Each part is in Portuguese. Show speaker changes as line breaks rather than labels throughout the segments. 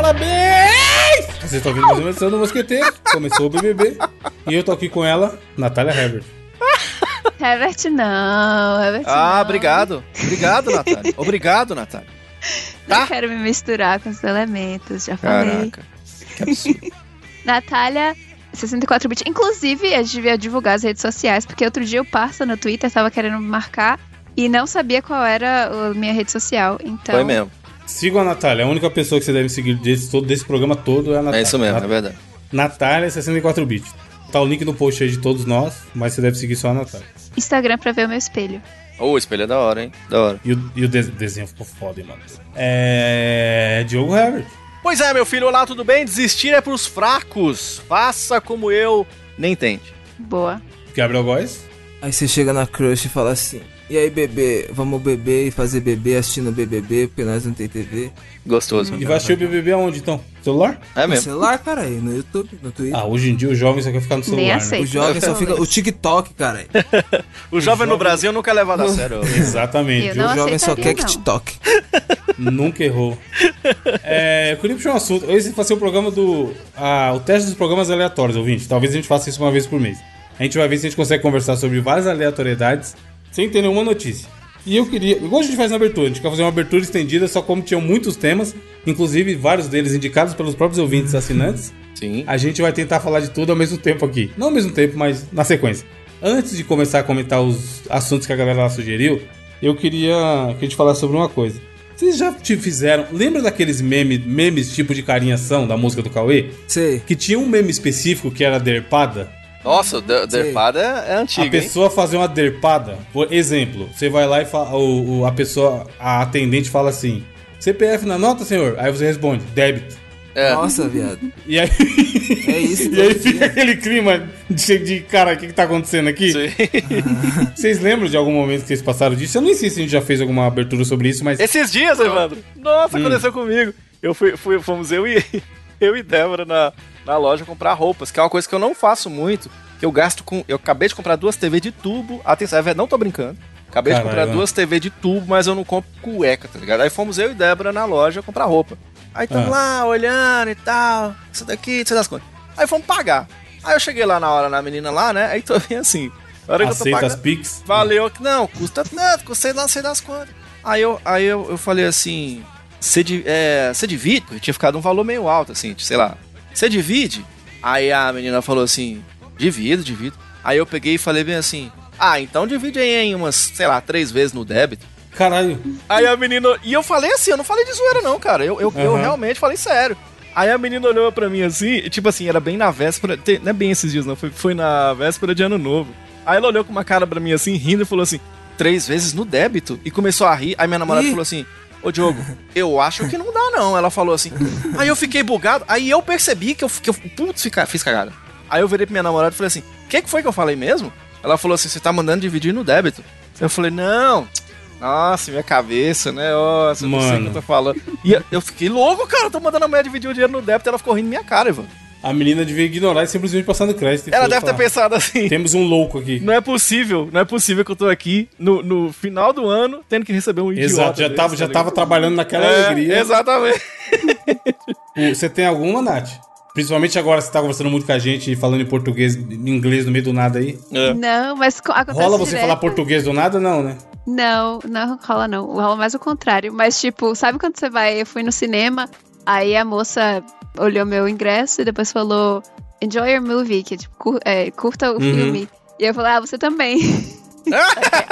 parabéns! Vocês estão ouvindo mais uma edição do Mosqueteiro. Começou o BBB. E eu tô aqui com ela, Natália Herbert.
Herbert não, Herbert
Ah,
não.
obrigado. Obrigado, Natália. Obrigado, Natália.
Não
Tá?
quero me misturar com os elementos, já falei.
Caraca. Que absurdo.
Natália, 64 bit. Inclusive, a gente devia divulgar as redes sociais, porque outro dia o Parça no Twitter tava querendo me marcar e não sabia qual era a minha rede social. Então,
Foi mesmo.
Sigam a Natália. A única pessoa que você deve seguir desse, todo, desse programa todo é a Natália.
É isso mesmo, é
Nat-
verdade.
Natália 64-bit. Tá o link no post aí de todos nós, mas você deve seguir só a Natália.
Instagram pra ver o meu espelho.
Ô, o espelho é da hora, hein? Da hora.
E o, e o de- desenho ficou foda, hein, mano. É. Diogo Herbert.
Pois é, meu filho, olá, tudo bem? Desistir é pros fracos. Faça como eu. Nem entende.
Boa.
Gabriel Góes.
Aí você chega na crush e fala assim: E aí, bebê, vamos beber e fazer bebê assistindo BBB, porque nós não tem TV.
Gostoso.
E vai assistir o BBB aonde então? Celular?
É
No
mesmo.
celular, cara, aí, no YouTube, no Twitter.
Ah, hoje em dia o jovem só quer ficar no celular.
Nem
né?
aceito.
o jovem só fica. O TikTok, cara. aí.
O jovem no Brasil nunca é levado a sério.
Exatamente.
Eu
viu?
não
O jovem só
aceitaria,
quer que
não.
TikTok.
Nunca errou. É, eu queria puxar um assunto. Esse vai ser o programa do. ah, o teste dos programas aleatórios, ouvinte. Talvez a gente faça isso uma vez por mês. A gente vai ver se a gente consegue conversar sobre várias aleatoriedades sem ter nenhuma notícia. E eu queria. Igual a gente faz na abertura, a gente quer fazer uma abertura estendida, só como tinham muitos temas, inclusive vários deles indicados pelos próprios ouvintes assinantes.
Sim.
A gente vai tentar falar de tudo ao mesmo tempo aqui. Não ao mesmo tempo, mas na sequência. Antes de começar a comentar os assuntos que a galera lá sugeriu, eu queria que a gente falasse sobre uma coisa. Vocês já te fizeram. Lembra daqueles meme, memes tipo de carinhação da música do Cauê?
Sei.
Que tinha um meme específico que era derpada?
Nossa, o der- Derpada é, é
A
antigo, hein?
pessoa fazer uma derpada. Por exemplo, você vai lá e fala, o, o- a pessoa, a atendente fala assim: CPF na nota, senhor? Aí você responde: débito.
É.
Nossa, viado.
E aí.
É isso.
E aí
todo dia.
fica aquele clima de, de cara, o que, que tá acontecendo aqui?
Sim.
Vocês lembram de algum momento que vocês passaram disso? Eu nem sei se a gente já fez alguma abertura sobre isso, mas. Hum.
Esses dias, Evandro. Nossa, aconteceu comigo. Eu fui, fui- fomos eu e eu e Débora na, na loja comprar roupas, que é uma coisa que eu não faço muito, que eu gasto com, eu acabei de comprar duas TV de tubo. Atenção, é verdade, não tô brincando. Acabei
Caralho,
de comprar
mano.
duas TV de tubo, mas eu não compro cueca, tá ligado? Aí fomos eu e Débora na loja comprar roupa. Aí tamo
Ah.
lá olhando e tal, isso daqui, isso das coisas. Aí fomos pagar. Aí eu cheguei lá na hora na menina lá, né? Aí tô bem assim. Na hora que eu tô
Aceita
pagando,
as pics.
Valeu, que não, custa tanto, custa não sei das quantas. Aí eu, aí eu, eu falei assim, você di- é, você divide? Porque tinha ficado um valor meio alto, assim, de- sei lá. Você divide? Aí a menina falou assim, divido, divido. Aí eu peguei e falei bem assim, ah, então divide aí em umas, sei lá, três vezes no débito.
Caralho.
Aí a menina, e eu falei assim, eu não falei de zoeira não, cara, eu, eu, eu
Aham.
realmente falei sério. Aí a menina olhou pra mim assim, e, tipo assim, era bem na véspera, te- não é bem esses dias não, foi, foi na véspera de ano novo. Aí ela olhou com uma cara pra mim assim, rindo e falou assim, três vezes no débito? E começou a rir, aí minha namorada
Ih.
falou assim, ô Diogo, eu acho que não dá não, ela falou assim. Aí eu fiquei bugado, aí eu percebi que eu, que eu putz, fica- fiz cagada. Aí eu virei pra minha namorada e falei assim, o que, que foi que eu falei mesmo? Ela falou assim, você tá mandando dividir no débito. Eu falei, não, nossa, minha cabeça, né? Nossa, eu não sei o que
Mano.
eu tô falando. E eu- eu fiquei louco, cara. Eu tô mandando a mulher dividir o dinheiro no débito. Ela ficou rindo minha cara, Ivan.
A menina devia ignorar e simplesmente passar no crédito. e
Ela
foda-se
deve ter
lá.
pensado assim.
Temos um louco aqui.
Não é possível, não é possível que eu tô aqui no, no final do ano tendo que receber um idiota.
Exato, já
desse,
tava,
tá
já
ligado?
tava trabalhando naquela
É,
alegria.
Exatamente.
O- Você tem alguma, Nath? Principalmente agora que você tá conversando muito com a gente e falando em português, em inglês no meio do nada aí.
É.
Não, mas co- acontece
Rola você
direto.
falar português do nada? Não, né?
Não, não rola não. Rola mais o contrário. Mas, tipo, sabe quando você vai... Eu fui no cinema, aí a moça olhou meu ingresso e depois falou... Enjoy your movie, que é, tipo, cur- é, curta o
Uhum.
filme. E eu falei, ah, você também.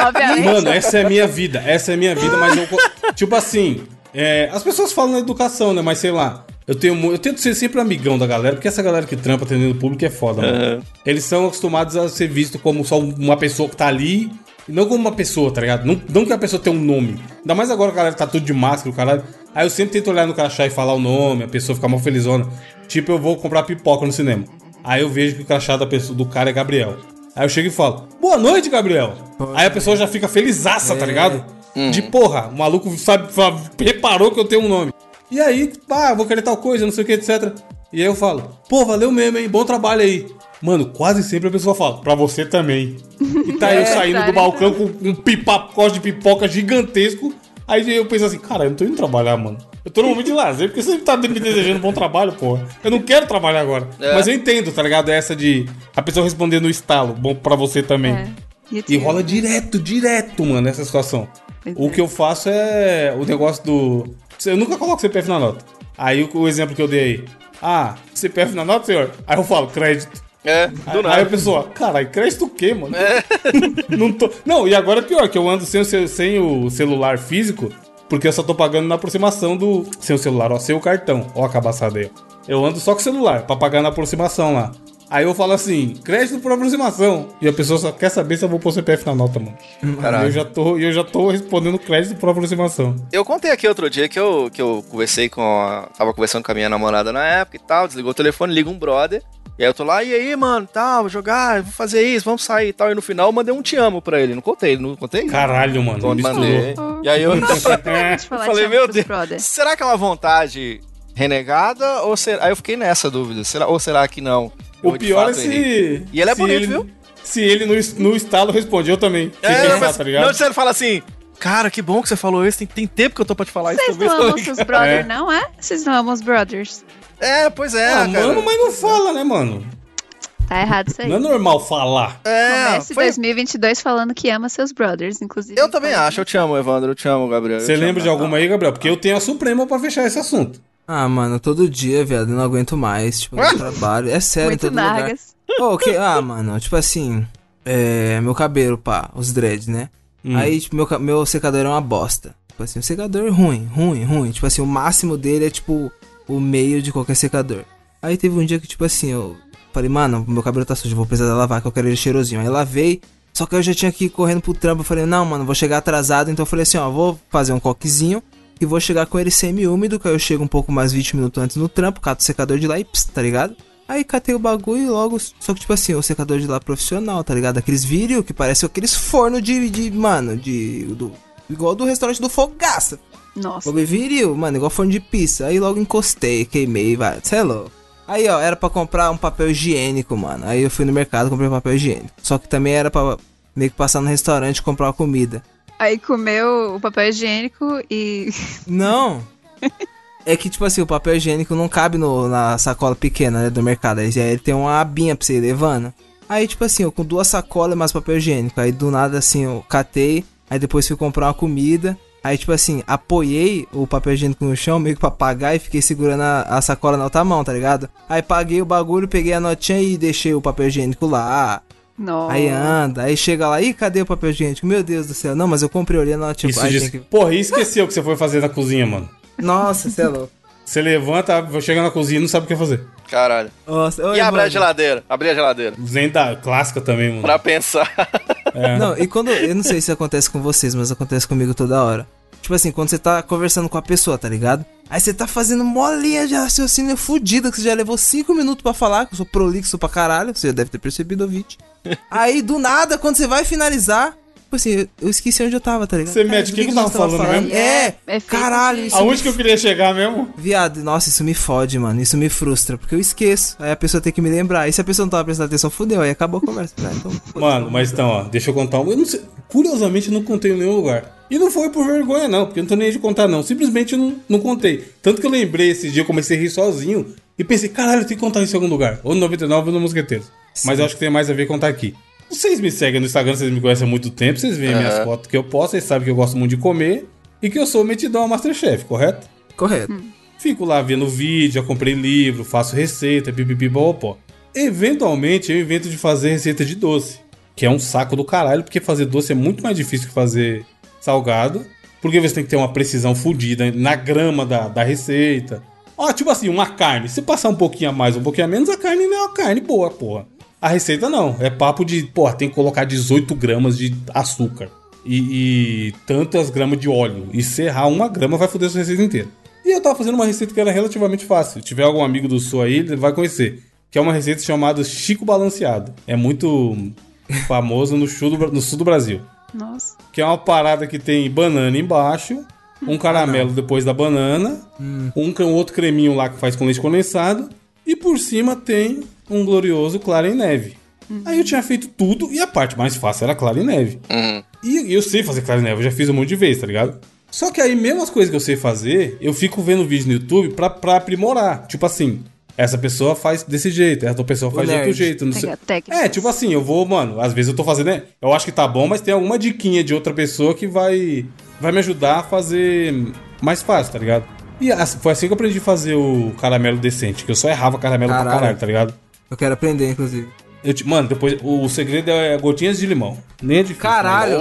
Obviamente.
Mano,
assim.
essa é a minha vida, essa é a minha vida, mas eu. co- tipo assim, é, as pessoas falam na educação, né? Mas sei lá. Eu, tenho, mu- eu tento ser sempre amigão da galera, porque essa galera que trampa atendendo o público é foda, mano. Eles são acostumados a ser visto como só uma pessoa que tá ali, e não como uma pessoa, tá ligado? Não, não que a pessoa tenha um nome. Ainda mais agora que a galera tá tudo de máscara, o caralho. Aí eu sempre tento olhar no crachá e falar o nome, a pessoa fica mal felizona. Tipo, eu vou comprar pipoca no cinema. Aí eu vejo que o crachá da pessoa, do cara é Gabriel. Aí eu chego e falo, boa noite, Gabriel. Aí a pessoa já fica felizaça, tá ligado? De porra, o maluco sabe, fa- reparou que eu tenho um nome. E aí, pá, eu vou querer tal coisa, não sei o que, etc. E aí eu falo, pô, valeu mesmo, hein? Bom trabalho aí. Mano, quase sempre a pessoa fala, pra você também. E tá eu
É,
saindo do
sabe?
balcão com um pipacote de pipoca gigantesco. Aí eu penso assim, cara, eu não tô indo trabalhar, mano. Eu tô no momento de lazer, porque você sempre tá me desejando bom trabalho, porra. Eu não quero trabalhar agora.
É.
Mas eu entendo, tá ligado? Essa de a pessoa responder no estalo, bom pra você também.
É. You
E
too.
rola direto, direto, mano, essa situação.
Pois
O
é.
que eu faço é o negócio do. Eu nunca coloco CPF na nota. Aí o- o exemplo que eu dei aí. Ah, CPF na nota, senhor? Aí eu falo, crédito.
É, do
Aí-
nada.
Aí a pessoa, caralho, crédito o quê, mano?
É.
não, tô... não, e agora é pior, que eu ando sem o, ce- sem o celular físico, porque eu só tô pagando na aproximação do. Sem o celular, ó, sem o cartão. Ó a cabaçada aí. ó. Eu ando só com o celular, pra pagar na aproximação lá. Aí eu falo assim, crédito por aproximação. E a pessoa só quer saber se eu vou pôr CPF na nota, mano.
Caralho.
E Eu já tô, e eu já tô respondendo crédito por aproximação.
Eu contei aqui outro dia que eu, que eu conversei com. A, tava conversando com a minha namorada na época e tal, desligou o telefone, liga um brother. E aí eu tô lá, e aí, mano, tal, vou jogar, vou fazer isso, vamos sair e tal. E no final eu mandei um te amo pra ele. Não contei, não contei?
Caralho, mano.
Tô,
misturou.
mandei. E aí eu.
Uhum. Deixa eu falar,
Eu falei,
tchau
meu
pros
Deus.
brother.
Será que é uma vontade renegada? Ou será... Aí eu fiquei nessa dúvida. Será... Ou será que não? Eu,
O
de
pior é
fato, errei.
se.
E ele é
se
bonito, viu?
Se ele no, es- no estalo responde, eu também. Sem
É,
pensar,
mas,
tá ligado?
Não, você fala assim, cara, que bom que você falou isso, tem, tem tempo que eu tô pra te falar
Vocês
isso também.
não
tá
amam seus
ligado?
É.
brothers, não é? Vocês não amam os brothers.
É, pois é,
Ah,
cara.
mano, mas não fala, né, mano?
Tá errado isso aí.
Não é normal falar.
É,
Comece
foi...
2022 falando que ama seus brothers, inclusive.
Eu também acho, eu te amo, Evandro, eu te amo, Gabriel. eu
Você
te amo,
lembra de alguma aí, Gabriel? Porque eu tenho a Suprema pra fechar esse assunto.
Ah, mano, todo dia, viado, eu não aguento mais. Tipo,
Ah!
no trabalho. É sério, em
Muito
né?
todo lugar.
nargas.
Ô, que- Ah, mano, tipo assim. É. Meu cabelo, pá, os dreads, né?
Hum.
Aí, tipo, meu, ca- meu secador é uma bosta. Tipo assim, um secador ruim, ruim, ruim. Tipo assim, o máximo dele é, tipo, o meio de qualquer secador. Aí teve um dia que, tipo assim, eu falei, mano, meu cabelo tá sujo, vou precisar lavar, que eu quero ele cheirosinho. Aí lavei, só que eu já tinha que ir correndo pro trampo. Eu falei, não, mano, vou chegar atrasado. Então eu falei assim, ó, vou fazer um coquezinho e vou chegar com ele semi-úmido, que aí eu chego um pouco mais 20 minutos antes no trampo, cato o secador de lá e pss, tá ligado? Aí catei o bagulho e logo. Só que, tipo assim, o secador de lá profissional, tá ligado? Aqueles vídeo que parece aqueles forno de. de mano, de. Do, igual do restaurante do Fogaça.
Nossa.
Bagulho é viril, mano, igual forno de pizza. Aí logo encostei, queimei, vai. Cê é louco. Aí, ó, era pra comprar um papel higiênico, mano. Aí eu fui no mercado, comprei um papel higiênico. Só que também era pra meio que passar no restaurante e comprar uma comida.
Aí comeu o papel higiênico e.
Não. É que, tipo assim, o papel higiênico não cabe no- na sacola pequena, né, do mercado. Aí ele tem uma abinha pra você ir levando. Aí, tipo assim, eu com duas sacolas e mais papel higiênico. Aí, do nada, assim, eu catei. Aí, depois fui comprar uma comida. Aí, tipo assim, apoiei o papel higiênico no chão, meio que pra pagar. E fiquei segurando a, a sacola na outra mão, tá ligado? Aí, paguei o bagulho, peguei a notinha e deixei o papel higiênico lá.
Nossa.
Aí,
ah.
anda. Aí, chega lá. Ih, cadê o papel higiênico? Meu Deus do céu. Não, mas eu comprei, olhei na notinha.
Isso
Tipo, aí,
diz...
tem que-
Porra, e esqueceu o que você foi fazer na cozinha, mano.
Nossa, cê é louco.
Você levanta, chega na cozinha e não sabe o que fazer.
Caralho.
Nossa,
E abre a geladeira, abri a geladeira.
Zen da clássica também, mano.
Pra pensar.
É.
Não, e quando. Eu não sei se acontece com vocês, mas acontece comigo toda hora. Tipo assim, quando você tá conversando com a pessoa, tá ligado? Aí você tá fazendo mó linha de raciocínio fudida, que você já levou cinco minutos pra falar, que eu sou prolixo pra caralho, você já deve ter percebido, ouvinte. Aí, do nada, quando você vai finalizar, tipo assim, eu- eu esqueci onde eu tava, tá ligado?
Você
Caralho,
mete,
do
o que que
nós
eu tava
tava
falando mesmo?
É,
É feito
caralho,
de-
isso
Aonde que eu queria chegar mesmo?
Viado, nossa, isso me fode, mano. Isso me frustra, porque eu esqueço. Aí a pessoa tem que me lembrar. E se a pessoa não tava prestando atenção, fudeu. Aí acabou a conversa. Ah, então, foda-se.
Mano, mas então, ó, deixa eu contar um. Eu não sei, curiosamente, eu não contei em nenhum lugar. E não foi por vergonha, não, porque eu não tô nem aí de contar, não. Simplesmente eu não, não contei. Tanto que eu lembrei esse dia, eu comecei a rir sozinho e pensei, caralho, eu tenho que contar isso em algum lugar. Ou no 99 ou no Mosqueteiros. Mas eu acho que tem mais a ver contar aqui. Vocês me seguem no Instagram, vocês me conhecem há muito tempo, vocês veem minhas fotos que eu posto, vocês sabem que eu gosto muito de comer e que eu sou metidão a Masterchef, correto?
Correto.
Fico lá vendo vídeo, já comprei livro, faço receita, pipipi, bobopó. Eventualmente eu invento de fazer receita de doce, que é um saco do caralho, porque fazer doce é muito mais difícil que fazer salgado, porque você tem que ter uma precisão fodida na grama da, da receita. Ó, tipo assim, uma carne, se passar um pouquinho a mais, um pouquinho a menos, a carne não é uma carne boa, porra. A receita não, é papo de, porra, tem que colocar 18 gramas de açúcar e, e tantas gramas de óleo. E se errar uma grama, vai foder sua receita inteira. E eu tava fazendo uma receita que era relativamente fácil. Se tiver algum amigo do Sul aí, ele vai conhecer. Que é uma receita chamada Chico Balanceado. É muito famoso no, sul do, Bra- no sul do Brasil.
Nossa.
Que é uma parada que tem banana embaixo, um caramelo depois da banana, um, cre- um outro creminho lá que faz com leite condensado, e por cima tem um glorioso clara em neve. Aí eu tinha feito tudo e a parte mais fácil era clara em neve. E eu sei fazer clara em neve, eu já fiz um monte de vezes, tá ligado? Só que aí, mesmo as coisas que eu sei fazer, eu fico vendo vídeo no YouTube pra, pra aprimorar. Tipo assim, essa pessoa faz desse jeito, essa outra pessoa faz de outro
nerd.
jeito. Não
Tem
sei.
a técnica.
É, tipo assim, eu vou, mano, às vezes eu tô fazendo, né? Eu acho que tá bom, mas tem alguma diquinha de outra pessoa que vai vai me ajudar a fazer mais fácil, tá ligado? E as- foi assim que eu aprendi a fazer o caramelo decente, que eu só errava caramelo pra
Caralho.
caralho, tá ligado?
Eu quero aprender, inclusive.
Eu te- mano, depois o, o segredo é gotinhas de limão. Nem é difícil.
Caralho!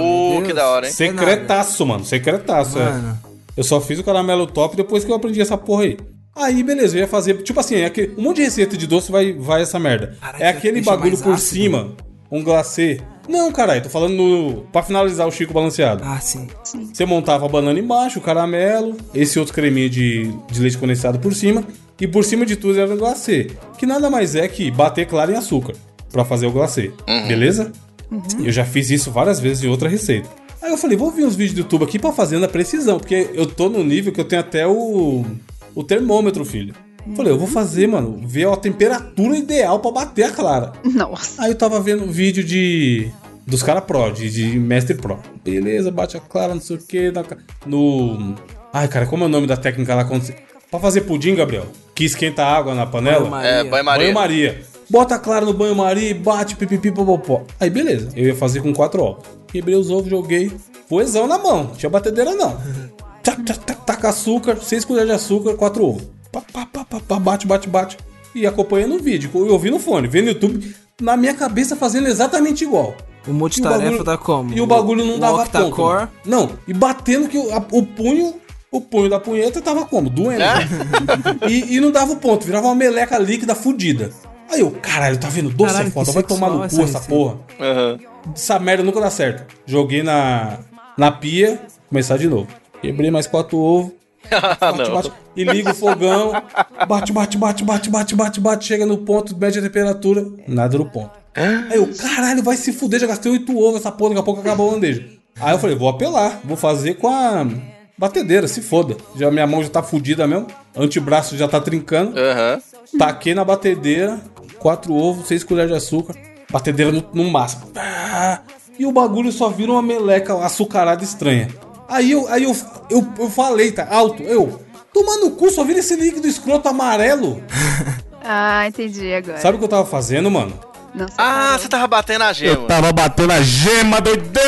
Ô,
meu Deus.
que da hora,
mano.
hein?
Secretaço, mano. Secretaço, é.
Mano,
Eu só fiz o caramelo top depois que eu aprendi essa porra aí. Aí, beleza, eu ia fazer. Tipo assim, é que um monte de receita de doce vai, vai essa merda.
Caralho,
é
isso
aquele
deixa
bagulho
mais
por
ácido. né?
cima, um glacê. Não, caralho, tô falando no. Pra finalizar o Chico balanceado.
ah, sim.
Você montava a banana embaixo, o caramelo, esse outro creminho de, de leite condensado por cima. E por cima de tudo era o glacê. Que nada mais é que bater clara em açúcar pra fazer o glacê. Beleza? Eu já fiz isso várias vezes em outra receita. Aí eu falei, vou ver uns vídeos do YouTube aqui pra fazer na precisão, porque eu tô num nível que eu tenho até o, o termômetro, filho. Falei, eu vou fazer, mano, ver a temperatura ideal pra bater a clara.
Nossa.
Aí eu tava vendo um vídeo de. Dos caras pro, de, de mestre pro. Beleza, bate a clara, não sei o que. No. Ai, cara, como é o nome da técnica lá? Quando... se- Pra fazer pudim, Gabriel? Que esquenta a água na panela?
Banho-maria.
É, banho-maria.
Banho-maria. Bota a clara no banho-maria e bate, pipipi, popopó. Aí beleza, eu ia fazer com quatro ovos. Quebrei os ovos, joguei. Poesão na mão, tinha batedeira não. Tac, tac, tac, taca açúcar, seis colheres de açúcar, quatro ovos. Pá, pá, pá, pá, pá, bate, bate, bate. E acompanhando o vídeo, eu ouvi no fone, vendo no YouTube, na minha cabeça fazendo exatamente igual. E
O
o
multitarefa
bagulho-
tá como?
E o bagulho não
O
dava ponto.
octacore.
Não, e batendo que o, a- o punho, o punho da punheta tava como? Doendo. e, e não dava o ponto, virava uma meleca líquida fudida. Aí eu, caralho, tá vendo? Doce
Caralho,
é foda,
que
vai tomar no
sexual
cu
essa
essa porra.
Aham.
Essa merda nunca dá certo. Joguei na, na pia, começar de novo. Quebrei mais quatro ovos.
Ah,
Bate,
não.
bate, e liga o fogão. Bate, bate, bate, bate, bate, bate, bate. Chega no ponto, mede a temperatura. Nada no ponto. Aí eu, caralho, vai se fuder, já gastei oito ovos essa porra, daqui a pouco acabou a bandeja. Aí eu falei, vou apelar, vou fazer com a batedeira, se foda. Já, minha mão já tá fudida mesmo, antebraço já tá trincando.
Aham.
Taquei na batedeira, quatro ovos, seis colheres de açúcar, batedeira no, no máximo. Ah, E o bagulho só vira uma meleca açucarada estranha. Aí eu, aí eu, eu, eu falei, tá? Alto, eu. Tomar no cu, só vira esse líquido escroto amarelo.
Ah, entendi agora.
Sabe o que eu tava fazendo, mano?
Não,
Ah,
separou.
você tava batendo a gema.
Tava batendo a gema, doidão!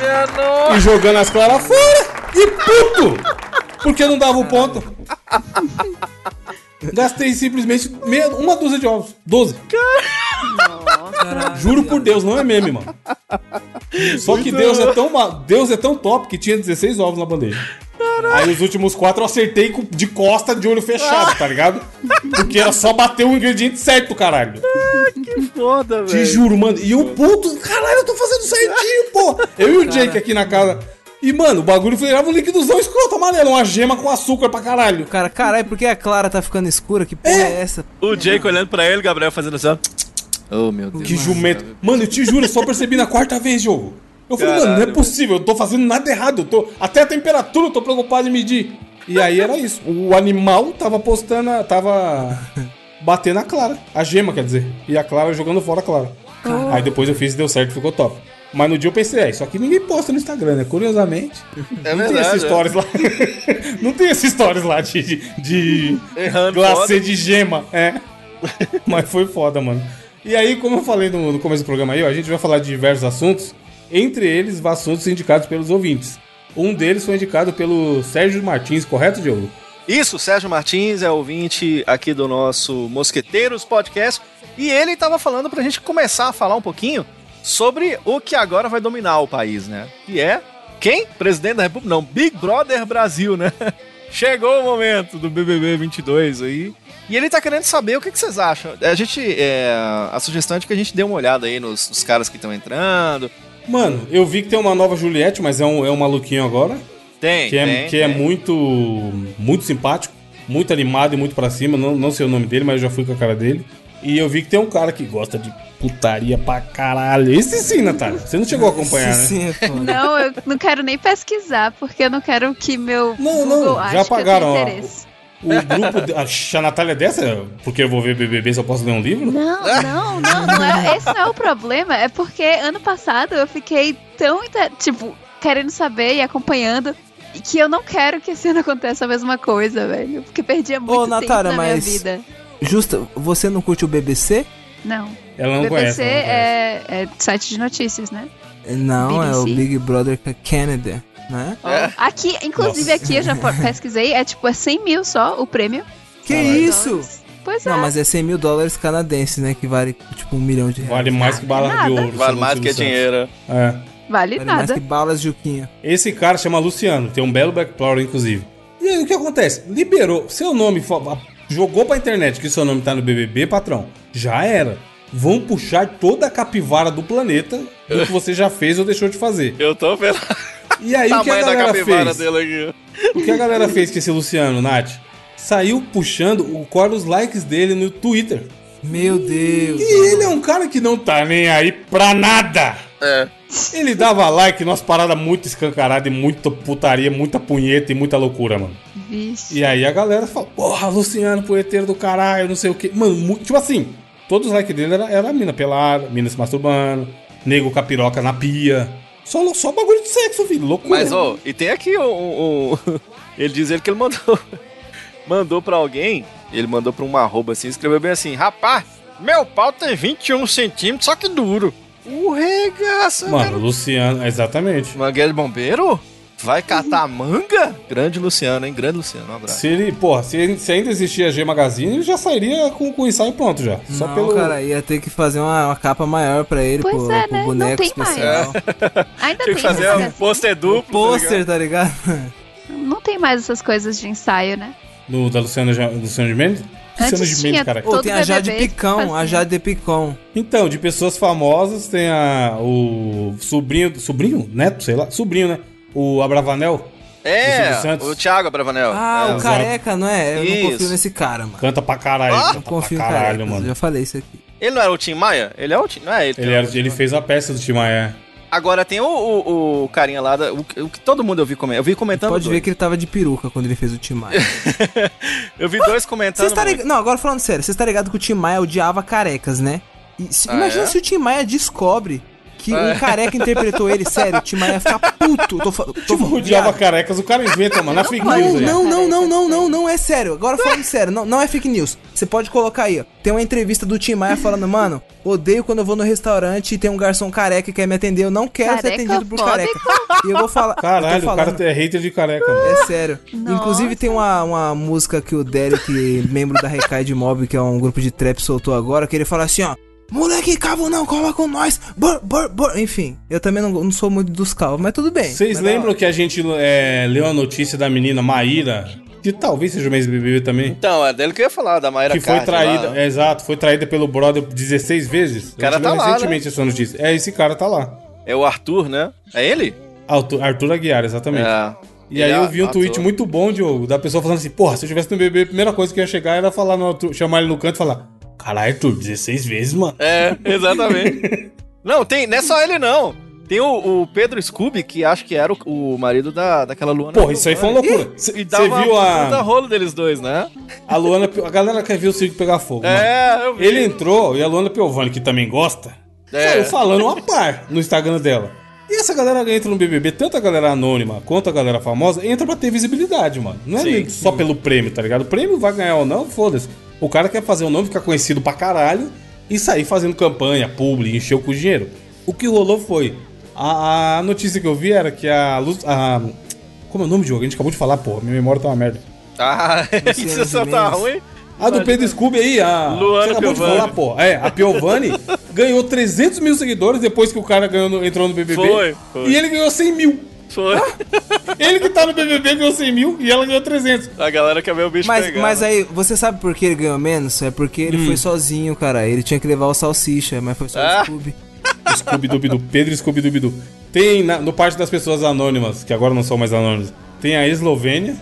Minha nossa.
E jogando as claras fora e puto! Porque não dava o ponto. Gastei simplesmente meia, uma dúzia de ovos. Doze. Juro por Deus, não é meme, mano. Só que Deus é tão ma- Deus é tão top que tinha 16 ovos na bandeja. Aí os últimos quatro eu acertei com- de costa, de olho fechado, tá ligado? Porque era só bater o ingrediente certo, caralho.
Foda,
Te juro, mano. E o puto, caralho, eu tô fazendo certinho, pô. Eu e o Jake aqui na casa. E, mano, o bagulho virava um liquidozão escroto amarelo, uma gema com açúcar pra caralho.
O cara, caralho, por que a Clara tá ficando escura? Que porra é, essa?
O Jake olhando pra ele, Gabriel fazendo assim. ó. Oh, meu Deus.
Que jumento. Mano, eu te juro, eu só percebi na quarta vez, jogo. Eu falei,
Caralho,
mano, não é
velho.
possível, eu tô fazendo nada errado. Eu tô... Até a temperatura eu tô preocupado em medir. E aí era isso. O animal tava postando, a- tava batendo a Clara. A gema, quer dizer. E a Clara jogando fora a Clara. Aí depois eu fiz e deu certo, ficou top. Mas no dia eu pensei, é, isso aqui ninguém posta no Instagram, né? Curiosamente.
É
não tem
verdade,
esses stories lá. não tem esses stories lá de, de, de
Errando
glacê
foda.
de gema, é. Mas foi foda, mano. E aí, como eu falei no, no começo do programa aí, ó, a gente vai falar de diversos assuntos, entre eles assuntos indicados pelos ouvintes. Um deles foi indicado pelo Sérgio Martins, correto, Diogo?
Isso, Sérgio Martins é ouvinte aqui do nosso Mosqueteiros Podcast e ele estava falando pra gente começar a falar um pouquinho sobre o que agora vai dominar o país, né? Que é quem? Presidente da República? Não, Big Brother Brasil, né? Chegou o momento do BBB 22 aí. E ele tá querendo saber o que, que vocês acham. A gente, é, a sugestão é de que a gente dê uma olhada aí nos, nos caras que estão entrando.
Mano, eu vi que tem uma nova Juliette, mas é um, é um maluquinho agora,
Tem,
que é,
tem,
que é
né?
tem.
muito muito simpático, muito animado e muito pra cima, não, não sei o nome dele, mas eu já fui com a cara dele. E eu vi que tem um cara que gosta de putaria pra caralho. Esse sim, Natália. Você não chegou a acompanhar, né?
sim, é sim, pô.
Não, eu não quero nem pesquisar, porque eu não quero que meu
Não, não,
Google
já
ache que eu
apagaram, ó.
tenho interesse.
O grupo. de- A Natália é dessa? Porque eu vou ver BBB se eu posso ler um livro?
Não, não, não, não é, esse não é o problema. É porque ano passado eu fiquei tão, inte- tipo, querendo saber e acompanhando. que eu não quero que esse ano aconteça a mesma coisa, velho. Porque perdia muito tempo
Natara,
na
mas-
minha vida.
Justa, você não curte o BBC?
Não.
Ela não
BBC
conhece. ela não conhece.
é, é site de notícias, né?
Não, é o
BBC.
Big Brother Canada, né?
Aqui, inclusive aqui, eu já po- pesquisei, é tipo, é 100 mil só o prêmio.
Que
Caralho.
isso?
Pois é.
Não, mas é 100 mil dólares canadenses, né? Que vale tipo um milhão de reais.
Vale mais que bala de
Nada.
ouro.
Vale
segundo
mais que
Silvio
dinheiro.
Santos. É.
Vale,
Vale mais
nada.
que balas, Juquinha.
Esse cara chama Luciano, tem um belo backstory, inclusive. E aí, o que acontece? Liberou, seu nome fa- jogou pra internet que seu nome tá no BBB, patrão. Já era. Vão puxar toda a capivara do planeta do que você já fez ou deixou de fazer.
Eu tô vendo
E aí,
o
o que a
tamanho da
galera
capivara
fez?
dele aqui.
O que a galera fez com esse Luciano, Nath? Saiu puxando o qual os likes dele no Twitter.
Meu Deus.
E ele é um cara que não tá nem aí pra nada.
É.
Ele dava like nas paradas muito escancaradas e muita putaria, muita punheta e muita loucura, mano.
Vixe.
E aí a galera fala, porra, Luciano, punheteiro do caralho, não sei o quê. Mano, mu- tipo assim, todos os likes dele era, era mina pelada, mina se masturbando, nego com a piroca na pia. Só, lou- só bagulho de sexo, filho, loucura.
Mas, ó, e tem aqui um. um- um- ele diz ele que ele mandou. mandou pra alguém. Ele mandou pra uma arroba assim, escreveu bem assim: Rapaz, meu pau tem 21 centímetros, só que duro. O regaço,
Mano, Luciano, exatamente.
Mangueira de bombeiro? Vai catar manga? Grande Luciano, hein? Grande Luciano, um abraço.
Se ele, porra, se, ele- se ainda existia G Magazine, ele já sairia com, com o ensaio pronto já. Só
não,
pelo.
cara, ia ter que fazer uma, uma capa maior pra ele,
Pois
pro,
é,
pro
né? Não
boneco
tem
especial.
É, tá
Ainda
Tem
tem,
que fazer um
essas coisas-
pôster duplo.
Pôster, tá ligado?
Não tem mais essas coisas de ensaio, né?
Do, da Luciana, Ja- Luciana de Mendes? Luciana de
tinha
Mendes, cara.
Ou
Todo
tem a Jade
BBB
Picão, a
fazia.
Jade Picão.
Então, de pessoas famosas, tem a, o sobrinho, sobrinho, neto, sei lá, sobrinho, né? O Abravanel, Do Silvio
É,
Santos.
o Thiago Abravanel.
Ah,
É,
o
exato.
careca, não é? Eu não confio
Isso.
nesse cara, mano.
canta pra caralho,
Ah!
canta
Não confio
Tá pra
em
caralho,
careca.
mano.
Já falei isso aqui.
Ele não era o Tim Maia? Ele é o Tim, não é ele.
Ele, era- ele fez a peça do Tim Maia.
Agora tem o, o- o carinha lá, da- o, que- o que todo mundo eu vi comentando. Eu vi comentando.
Pode ver
dois.
que ele tava de peruca quando ele fez o Tim Maia.
Eu vi dois comentando.
Vocês tá
muito.
ligado? Não, agora falando sério, vocês tá ligado que o Tim Maia odiava carecas, né? E se-
Ah,
imagina
é?
se o Tim Maia descobre que um careca interpretou ele, sério, o Tim Maia ia ficar puto. Tô, fa- tô
Tipo,
falando,
rodeava
viado.
carecas, o cara inventa, mano, na fake news
Não,
aí.
não, não, não, não, não, não é sério. Agora falando sério, não, não é fake news. Você pode colocar aí, ó. Tem uma entrevista do Tim Maia falando, mano, odeio quando eu vou no restaurante e tem um garçom careca que quer me atender. Eu não quero ser atendido por careca.
Carecafóbico?
E eu vou falar. eu tô
Caralho, o
falando.
cara é hater de careca, mano.
É sério.
Nossa.
Inclusive tem uma, uma música que o Derek, membro da Recaide Mob, que é um grupo de trap, soltou agora, que ele fala assim, ó. Moleque, cavo não, cola com nós. Bur, bur, bur. Enfim, eu também não, não sou muito dos calvos, mas tudo bem.
Vocês
É, Mas
lembram
ó,
que a gente é, leu a notícia da menina Maíra, que talvez seja o mês do BBB também,
Então, é dele que eu ia falar, da Mayra
que foi
Cardi lá.
traída, é, exato, foi traída pelo brother 16 vezes? O
cara tá lá,
recentemente essa notícia. É, esse cara tá lá.
É o Arthur, né? É ele?
Arthur, Arthur Aguiar, exatamente.
É.
E aí
Ele é
eu vi um
ator.
tweet muito bom, Diogo, da pessoa falando assim, porra, se eu tivesse no BBB, a primeira coisa que eu ia chegar era falar no Arthur, chamar ele no canto e falar, caralho, Arthur, 16 vezes, mano.
É, exatamente. não, tem, não é só ele, não. Tem o, o Pedro Scooby, que acho que era o, o marido da, daquela Luana.
Porra, isso aí foi uma loucura. Você
E dava
viu
um puta
a,
rolo deles dois, né?
a Luana, a galera quer ver o circo pegar fogo, mano.
É, eu vi.
Ele entrou e a Luana Piovani, que também gosta,
É.
saiu falando uma par no Instagram dela. E essa galera que entra no BBB, tanto a galera anônima quanto a galera famosa, entra pra ter visibilidade, mano. Não é
Sim,
nem só pelo prêmio, tá ligado? O prêmio vai ganhar ou não, foda-se. O cara quer fazer o nome ficar conhecido pra caralho e sair fazendo campanha, publi, encher com dinheiro. O que rolou foi. A, a notícia que eu vi era que a, Lu- a. Como é o nome do jogo? A gente acabou de falar, porra. Minha memória tá uma merda.
Ah, isso
Luciano
só tá
Gimenez.
ruim.
A do Pedro Scooby aí, a.
Luana
Você acabou
Piovani.
de falar, pô. É, a Piovani ganhou 300 mil seguidores depois que o cara ganhou no- entrou no BBB.
Foi, foi.
E ele ganhou 100 mil.
Foi.
Ah!
Ele que tá no BBB ganhou 100 mil e ela ganhou 300.
A galera quer ver o bicho
Mas,
pegar.
mas
né? Hum.
aí, você sabe por que ele ganhou menos? É porque ele foi sozinho, cara. Ele tinha que levar o salsicha, mas foi só
Ah.
o Scooby.
scooby dooby doo Pedro scooby dooby doo Tem, na- no parte das pessoas anônimas, que agora não são mais anônimas, tem a Eslovênia.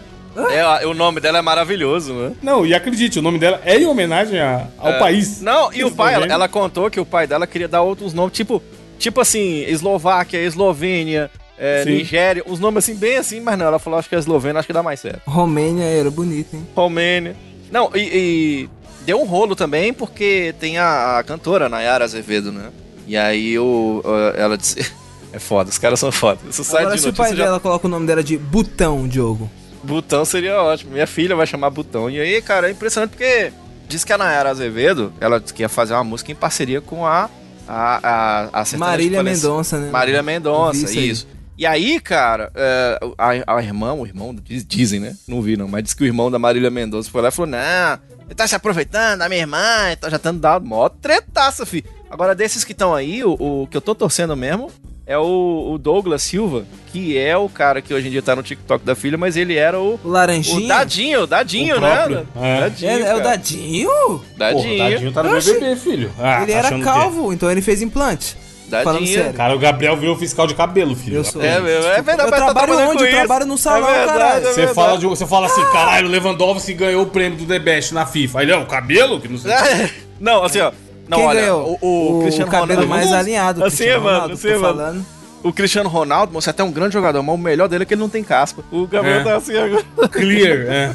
É, a- o nome dela é maravilhoso, né?
Não, e acredite, o nome dela é em homenagem a- ao
É.
país.
Não, e o pai, ela,
Eslovênia.
ela contou que o pai dela queria dar outros nomes, tipo, tipo assim, Eslováquia, Eslovênia, é,
Sim.
Nigéria, uns nomes assim, bem assim, mas não, ela falou, acho que é Eslovênia, acho que dá mais certo.
Romênia era bonito, hein?
Romênia. Não, e, e deu um rolo também, porque tem a, a cantora Nayara Azevedo, né? E aí o, a- ela disse. É foda, os caras são foda. Isso sai
Agora,
de
se o
notícia
pai
já...
dela coloca o nome dela de Butão, Diogo.
Butão seria ótimo. Minha filha vai chamar Butão. E aí, cara, é impressionante porque diz que a Nayara Azevedo, ela disse que ia fazer uma música em parceria com a. a, a, a sertaneja
Marília
palest-
Mendonça, né?
Marília Mendonça,
Eu vi isso aí.
isso. E aí, cara, é, a, a irmã, o irmão, diz- dizem, né? Não vi, não, mas diz que o irmão da Marília Mendonça foi lá e falou: Não, ele tá se aproveitando da minha irmã, então já tá dando mó tretaça, fi. Agora, desses que estão aí, o, o que eu tô torcendo mesmo é o, o Douglas Silva, que é o cara que hoje em dia tá no TikTok da filha, mas ele era o. O
O Laranjinha?
Dadinho, o Dadinho,
O
né?
próprio, é.
É, é o Dadinho?
Porra, o
Dadinho. Dadinho.
Tadinho tá no
Oxi.
BBB, filho. Ah,
ele
tá
era
achando o quê?
calvo, então ele fez implante. Falando sério.
Cara, o Gabriel virou fiscal de cabelo, filho.
Eu sou.
É, meu, é verdade,
Eu
mas tá
trabalho
trabalhando
onde?
com
Eu
isso.
trabalho num salão,
verdade,
caralho.
é
Você
verdade.
fala, de- você fala assim, caralho, o Lewandowski ganhou o prêmio do The Best na FIFA. Aí, não, o cabelo, que não sei o quê.
Não, assim, ó. Não,
Quem
olha,
ganhou?
o, o, Cristiano
cabelo
Ronaldo.
mais alinhado.
Assim,
Cristiano
mano,
Ronaldo,
assim,
tô
mano.
falando.
O Cristiano Ronaldo, moço, é até um grande jogador, mas o melhor dele é que ele não tem casco. O Gabriel
É.
tá assim agora.
Clear, é.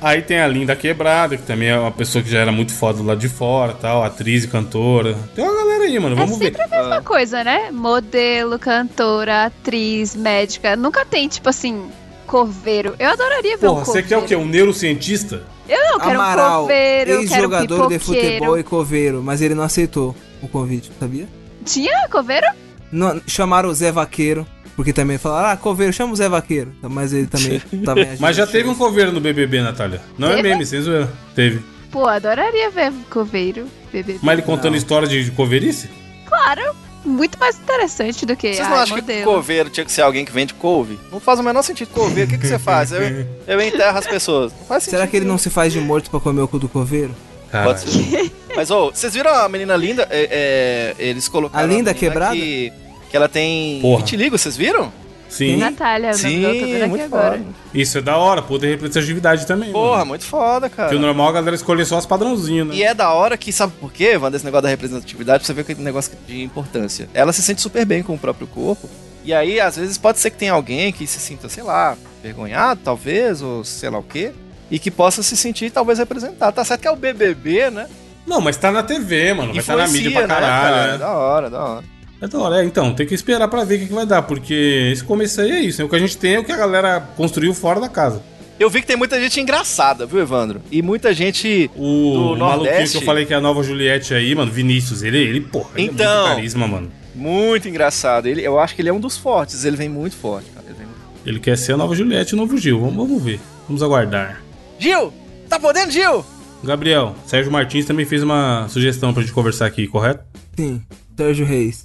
Aí tem a Linda Quebrada, que também é uma pessoa que já era muito foda lá de fora, tal, atriz e cantora. Tem uma galera aí, mano,
É
vamos ver.
sempre a mesma
Ah.
coisa, né? Modelo, cantora, atriz, médica. Nunca tem, tipo assim, coveiro. Eu adoraria ver
Porra,
um
você
coveiro.
quer o quê? Um neurocientista?
Eu não quero um
Amaral,
coveiro, eu quero um
ex-jogador de futebol
pipoqueiro.
e coveiro, mas ele não aceitou o convite, sabia?
Tinha coveiro?
Não, chamaram o Zé Vaqueiro, porque também falaram, ah, coveiro, chama o Zé Vaqueiro. Então, Mas ele também... também é agiu.
Mas já teve um coveiro no BBB, Natália. Não é
Teve?
meme, sem zoeira. Teve.
Pô, adoraria ver um coveiro. Bebê.
Mas ele contando
Não.
história de de coveirice?
Claro, muito mais interessante do que
Vocês não
ai,
acham que
modelo.
couveiro tinha que ser alguém que vende couve? Não faz o menor sentido couveiro. O que, que você faz? Eu, eu enterro as pessoas. Não faz sentido.
Será que ele não se faz de morto pra comer o cu do coveiro?
Cara,
Pode ser. Mas, ô, vocês viram a menina linda? É, é, eles colocaram.
A linda
menina
quebrada?
Que, que ela tem.
Porra.
Vitiligo, vocês viram?
sim.
Natália, o nome dela, tô vendo aqui agora.
Isso é da hora, pô, ter representatividade também.
Porra,
mano.
muito foda,
Que o
cara.
normal é a galera escolher só as padrãozinhas, né?
E é da hora que, sabe por quê, Wanda, esse negócio da representatividade, pra você ver que é um negócio de importância. Ela se sente super bem com o próprio corpo. E aí, às vezes, pode ser que tenha alguém que se sinta, sei lá, vergonhado, talvez, ou sei lá o quê. E que possa se sentir, talvez, representado. Tá certo que é o BBB, né?
Não, mas tá na TV, mano. Vai estar tá na mídia pra
né, cara?
caralho. né?
Da hora, da hora.
É da hora, é. Então, tem que esperar pra ver o que, que vai dar, porque esse começo aí é isso. Né? O que a gente tem é o que a galera construiu fora da casa.
Eu vi que tem muita gente engraçada, viu, Evandro? E muita gente.
O
Do
maluquinho
Nordeste?
que eu falei que é a nova Juliette aí, mano, Vinícius, ele, ele porra, ele é
Então.
muito carisma, mano.
Muito engraçado. Ele, eu acho que ele é um dos fortes. Ele vem muito forte, cara. Ele vem muito...
Ele quer ser a nova Juliette, o novo Gil. Vamos, vamos ver. Vamos aguardar.
Gil! Tá podendo, Gil?
Gabriel, Sérgio Martins também fez uma sugestão pra gente conversar aqui, correto?
Sim, Sérgio Reis.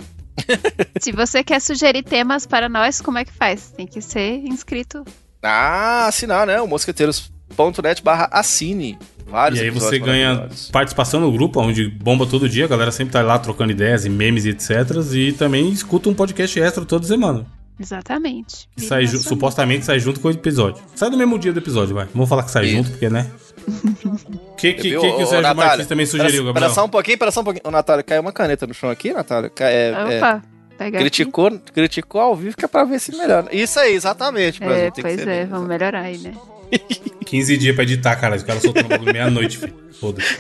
Se você quer sugerir temas para nós, como é que faz? Tem que ser inscrito.
Ah, assinar, né? O mosqueteiros.net barra assine. Vários
e aí você
episódios
ganha
maravilhosos.
participação no grupo, onde bomba todo dia, a galera sempre tá lá trocando ideias e memes e etc. E também escuta um podcast extra toda semana.
Exatamente.
Que sai ju- supostamente sai junto com o episódio. Sai no mesmo dia do episódio, vai. Vamos falar que sai
Isso.
junto, porque, né? O que, que,
Viu?
que, que
Ô,
o
ô,
Sérgio
Natália,
Martins também sugeriu,
pera-
Gabriel?
Pera só um pouquinho, pera só um pouquinho. Ô, Natália, caiu uma caneta no chão aqui, Natália. Ca- é- é,
Ah, Opa, pega aqui.
criticou, criticou ao vivo, que é pra ver se melhora. Isso aí, exatamente, Brasil.
É,
tem que
pois
ser
é,
bem,
vamos melhorar aí, né?
15 dias pra editar, cara. Os caras soltando o bagulho meia-noite, filho. Foda-se.